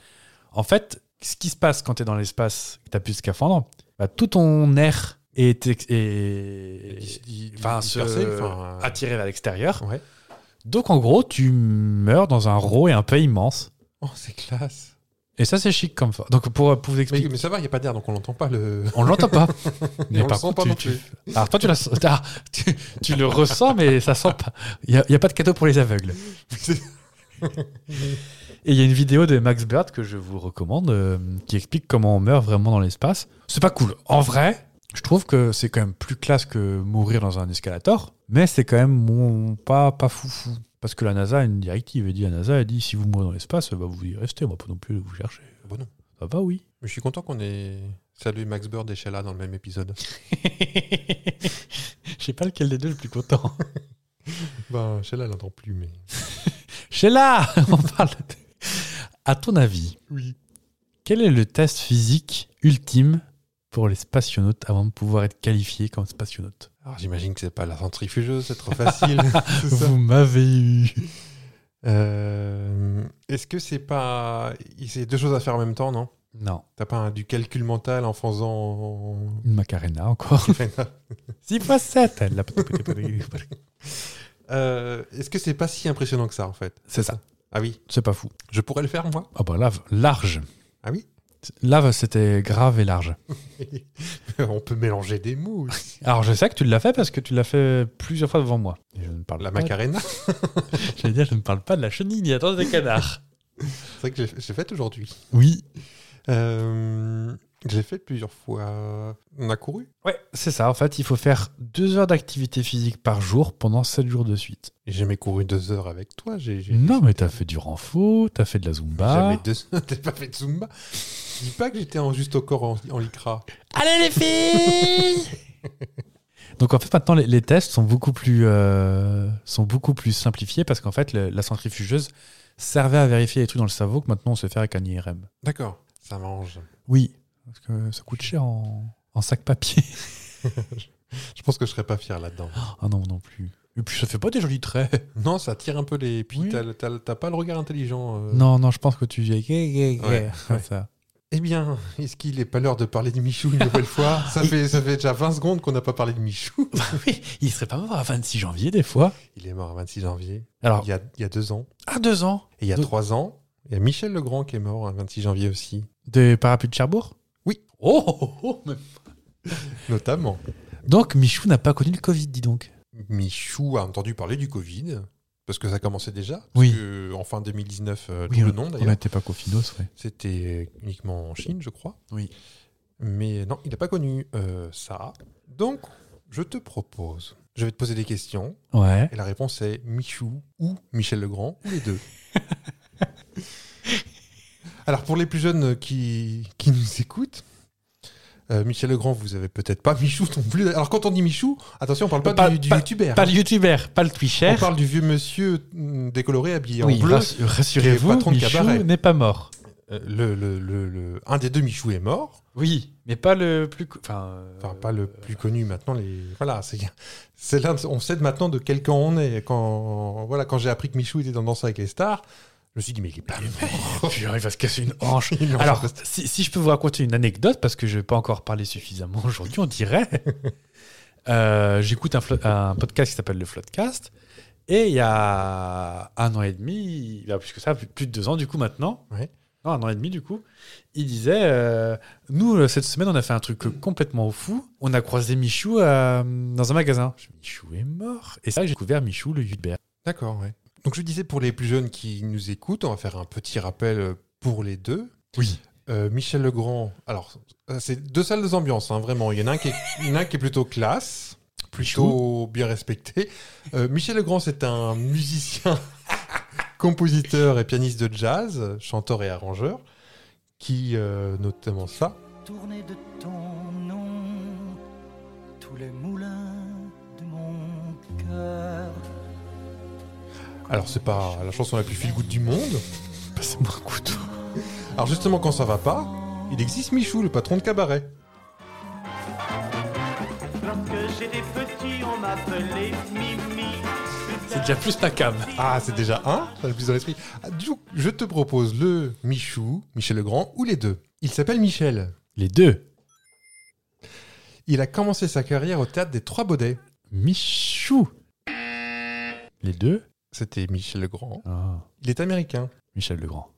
En fait, ce qui se passe quand tu es dans l'espace, que tu n'as plus de scaphandre, bah, tout ton air est, ex- est-
Il- il-
enfin,
il
se-
percé, enfin, euh,
attiré vers l'extérieur.
Ouais.
Donc, en gros, tu meurs dans un rot et un peu immense.
Oh, c'est classe.
Et ça, c'est chic comme fort. Donc, pour, pour vous
Mais,
expliquer,
mais ça va, il n'y a pas d'air, donc on l'entend pas le.
on ne l'entend pas.
on le sent pas non
tu- tu- Alors, toi, tu, l'as- ah, tu- tu le ressens, mais ça sent pas. Il n'y a, il y a pas de cadeau pour les aveugles. Et il y a une vidéo de Max Bird que je vous recommande euh, qui explique comment on meurt vraiment dans l'espace. C'est pas cool. En vrai, je trouve que c'est quand même plus classe que mourir dans un escalator, mais c'est quand même mon- pas, pas foufou. Parce que la NASA a une directive. Elle dit, la NASA a dit si vous mourrez dans l'espace, bah, vous y restez. On va pas non plus vous chercher.
Bah non.
Ah bah oui.
Mais je suis content qu'on ait. Salut Max Bird et Sheila dans le même épisode.
Je sais pas lequel des deux est le plus content.
Ben, Sheila, elle n'entend plus, mais.
Sheila, on parle. De... À ton avis, quel est le test physique ultime pour les spationautes avant de pouvoir être qualifiés comme spationautes
Alors, j'imagine que c'est pas la centrifugeuse, c'est trop facile. C'est ça.
Vous m'avez eu.
Euh, Est-ce que c'est pas. C'est deux choses à faire en même temps, non
Non,
T'as pas un- du calcul mental en faisant.
une macarena encore. 6 x 7
Euh, Est-ce que c'est pas si impressionnant que ça, en fait
C'est ça.
Ah oui,
C'est pas fou.
je pourrais le faire, moi
Ah bah lave, large.
Ah oui
Lave, c'était grave et large.
On peut mélanger des mots aussi.
Alors je sais que tu l'as fait parce que tu l'as fait plusieurs fois devant moi. Et je ne parle
La
pas-
macarena,
J'allais dire, je ne parle pas de la chenille ni attends des canards.
c'est vrai que j'ai- j'ai fait aujourd'hui.
Oui.
Euh, j'ai fait plusieurs fois. On a couru
Ouais, c'est ça. En fait, il faut faire deux heures d'activité physique par jour pendant sept jours de suite.
J'ai jamais couru deux heures avec toi. J'ai j'ai-
Non, Bah. mais t'as fait du renfort, t'as fait de la
jamais
zumba.
deux heures. T'as pas fait de Zumba Dis pas que j'étais en juste au corps en, en lycra.
Allez les filles Donc en fait, maintenant, les, les tests sont beaucoup plus, euh, sont beaucoup plus simplifiés parce qu'en fait, le- la centrifugeuse servait à vérifier les trucs dans le cerveau que maintenant on sait faire avec un IRM.
D'accord, ça mange.
Oui, parce que ça coûte cher en, en sac papier.
Je pense que je serais pas fier là-dedans.
Ah non, non plus. Et puis ça fait pas des jolis traits.
Non, ça tire un peu les. Puis
Oui.
t'as- t'as t'as pas le regard intelligent. euh.
Non, non, je pense que tu viens.
Ouais, ouais.
Ça.
Eh bien, est-ce qu'il est pas l'heure de parler de Michou une nouvelle fois ça,
Il-
fait, ça fait déjà 20 secondes qu'on n'a pas parlé de Michou.
Oui, il serait pas mort à 26 janvier des fois.
Il est mort le 26 janvier,
Alors,
il y, a, il y a deux ans.
à Ah. deux ans
Et il y a
Donc-
trois ans, il y a Michel Legrand qui est mort le 26 janvier aussi,
des parapluies de Cherbourg
Oui.
Oh, oh, oh, mais-
notamment.
Donc Michou n'a pas connu le Covid, dis donc.
Michou a entendu parler du Covid, parce que ça commençait déjà. parce
Oui.
que, euh, en fin 2019, euh,
Oui,
tout le nom
On
d'ailleurs.
n'était pas qu'au Finos, ouais.
C'était euh, uniquement en Chine, je crois.
Oui.
Mais non, il n'a pas connu euh, ça. Donc, je te propose, je vais te poser des questions,
Ouais.
et la réponse est Michou ou Michel Legrand, ou les deux. Alors, pour les plus jeunes euh, qui, qui nous écoutent, euh, Michel Legrand, vous avez peut-être pas Michou non plus. Alors, quand on dit Michou, attention, on parle pas,
Pas-
du, du
pas-
youtubeur. hein.
Pas le youtubeur, pas le
On
twitcher.
parle du vieux monsieur mm, décoloré habillé
Oui,
en bleu.
rassu- rassurez-vous,
patron de
Michou
cabaret.
n'est pas mort.
Euh, le, le- le- le- un des deux Michou est mort.
Oui, mais pas le plus... co- Enfin, euh,
Enfin, pas le plus connu maintenant. Les... Voilà, c'est, c'est l'un de- on sait maintenant de quel camp on est. Quand, voilà, quand j'ai appris que Michou était dans Danse avec les stars, je me suis dit, mais il est pas mort.
Putain, il va se casser une hanche.
Il est mort.
Alors, si, si je peux vous raconter une anecdote, parce que je n'ai pas encore parlé suffisamment aujourd'hui, on dirait. Euh, J'écoute un, flo- un podcast qui s'appelle le Floodcast. Et il y a un an et demi, bah, plus que ça, plus, plus de deux ans du coup maintenant.
Ouais.
Non, un an et demi du coup. Il disait euh, Nous, euh, cette semaine, on a fait un truc euh, complètement fou. On a croisé Michou euh, dans un magasin. Je- Michou est mort. Et ça, j'ai découvert Michou, le Hubert.
D'accord, ouais. Donc, je disais, pour les plus jeunes qui nous écoutent, on va faire un petit rappel euh, pour les deux.
Oui.
Euh, Michel Legrand, alors, euh, c'est deux salles d'ambiance, hein, vraiment. Il y en a un qui est, il y en a un qui est plutôt classe, plutôt bien respecté. Euh, Michel Legrand, c'est un musicien compositeur et pianiste de jazz, chanteur et arrangeur, qui, euh, notamment ça,
Tournez de ton nom tous les moulins de mon cœur.
alors c'est pas la chanson la plus feel good du monde.
Passez-moi Bah, un couteau.
Alors justement, quand ça va pas, il existe Michou, le patron de cabaret.
Lorsque j'étais petit, on m'appelait Mimi.
C'est déjà plus ta cam.
Ah, c'est déjà un, ça a le plus de l'esprit. Ah, du coup, je te propose le Michou, Michel Legrand, ou les deux. Il s'appelle Michel.
Les deux.
Il a commencé sa carrière au théâtre des Trois Baudets.
Michou. Les deux.
C'était Michel Legrand.
Ah,
Il est américain.
Michel Legrand.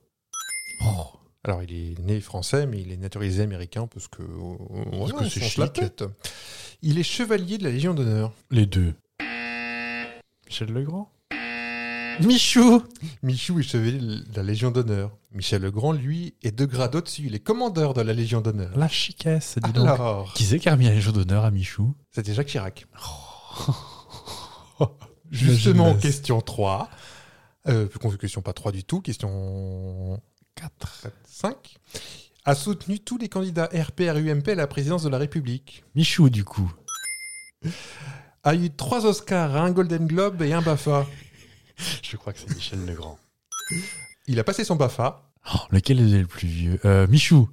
Oh,
Alors, il est né français, mais il est naturalisé américain parce que, euh,
Parce
voilà,
que
on
c'est
se la
chic.
tête. Il est chevalier de la Légion d'honneur.
les deux. Michel Legrand. Michou.
Michou est chevalier de la Légion d'honneur. Michel Legrand, lui, est de grade au-dessus. Il est commandeur de la Légion d'honneur.
La chiquesse, dis donc.
Alors,
Qui c'est qui a remis la Légion d'honneur à Michou
c'était Jacques Chirac. Justement, question 3. Euh, question pas 3 du tout, question
4.
5. A soutenu tous les candidats RPR-UMP à la présidence de la République.
Michou, du coup.
A eu 3 Oscars, un Golden Globe et un BAFA.
Je crois que c'est Michel Legrand.
Il a passé son BAFA.
Oh, lequel est le plus vieux Euh, Michou.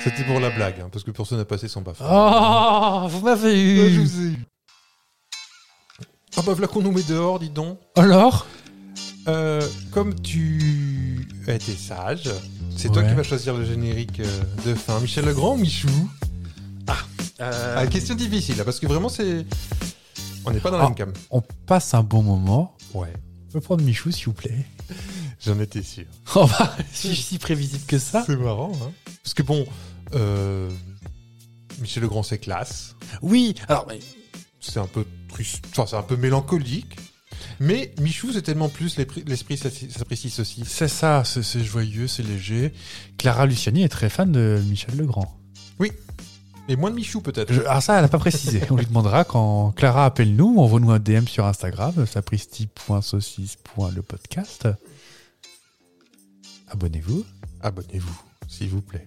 C'était pour la blague, hein, parce que personne n'a passé son BAFA.
Oh, vous m'avez
Ouais, je vous ai eu. Ah bah voilà qu'on nous met dehors, dis donc.
Alors
Euh, comme tu as été sage, c'est toi
Ouais.
qui vas choisir le générique euh, de fin. Michel Legrand ou Michou
Euh.
Ah, question difficile, là, parce que vraiment, c'est. On n'est pas dans la
Ah.
même cam.
On passe un bon moment.
Ouais,
On peut prendre Michou, s'il vous plaît
j'en étais sûr.
Oh bah, suis-je si prévisible que ça
C'est marrant, hein Parce que bon, euh, Michel Legrand, c'est classe.
Oui, alors, mais-
C'est un peu trus- enfin, c'est un peu mélancolique. Mais Michou, c'est tellement plus l'esprit- l'esprit s'apprécie- s'apprécie ceci.
c'est ça, c'est c'est joyeux, c'est léger. Clara Luciani est très fan de Michel Legrand.
Et moins de Michou, peut-être.
Je- alors ça, elle n'a pas précisé. On lui demandera quand Clara appelle nous, envoie-nous un DM sur Instagram, sapristi.saucisse.lepodcast. Abonnez-vous.
Abonnez-vous, s'il vous plaît.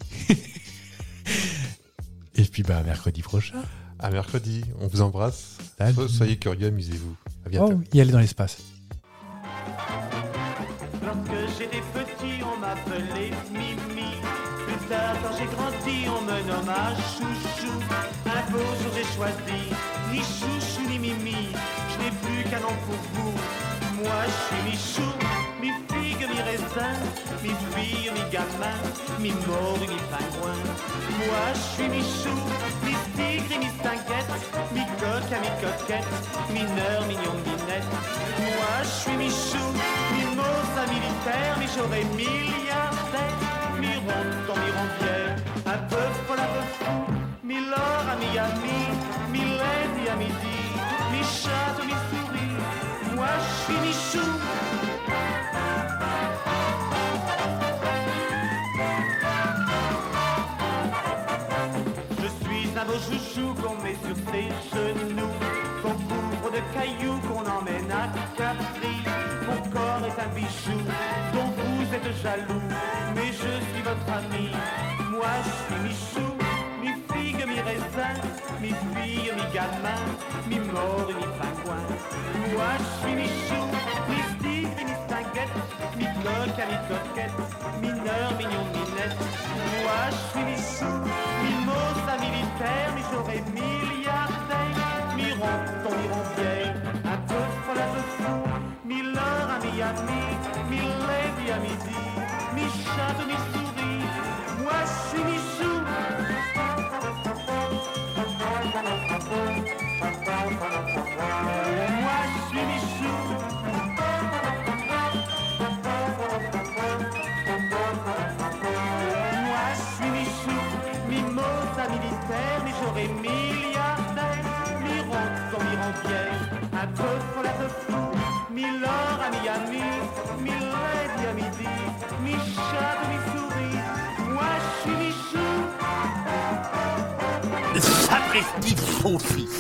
Et puis, bah, à mercredi prochain.
À mercredi, on vous embrasse.
Salut.
So- Soyez curieux, amusez-vous. À bientôt.
Oh, y aller dans l'espace.
Lorsque j'étais petit, on m'appelait Mimi. Plus tard, quand j'ai grandi, on me nomma Chouchou. Un beau jour, j'ai choisi ni Chouchou ni Mimi. Je n'ai plus qu'un nom pour vous. Moi, je suis Michou, mi figue, mi raisin, mi fille, mi gamin, mi mort, mi pingouin. Moi, je suis Michou, mi tigre et mi stinguette, mi coq à mi coquette, mineur, mignon, minette. Moi, je suis Michou, mi mauve, militaire, mi j'aurai milliardaire, mi rond, mi rondière, un peu folle, un peu fou, mi l'or à Miami, mi lady à midi, mi chat, mi souris. Moi, je suis Michou. Je suis un beau chouchou qu'on met sur ses genoux, qu'on couvre de cailloux, qu'on emmène à Capri. Mon corps est un bijou dont vous êtes jaloux, mais je suis votre ami. Moi, je suis Michou, mi figue, mi raisin, mi fille, mi gamin, mi mort, mi pingouin. Moi, je suis Michou, mi tigre, mi stinguette, mi coq, à mi coquette, mineur, mignon, minette. Moi, je suis Michou, mi mauve, à militaire, mi j'aurai milliardaire, mi rond, ton mi rondière, un peu folle, un peu fou, mi l'or à Miami, mi lady à midi, mi chat, mi souris. Moi, je suis Michou. Moi, je suis Michou. Moi, je suis Michou, mi mauve à militaire, mais j'aurai milliardaire, mi rond, mi rondière, un peu folle, un peu fou, mi l'or à Miami, mi lady à midi, mi chat, mi souris. Moi, je suis Michou.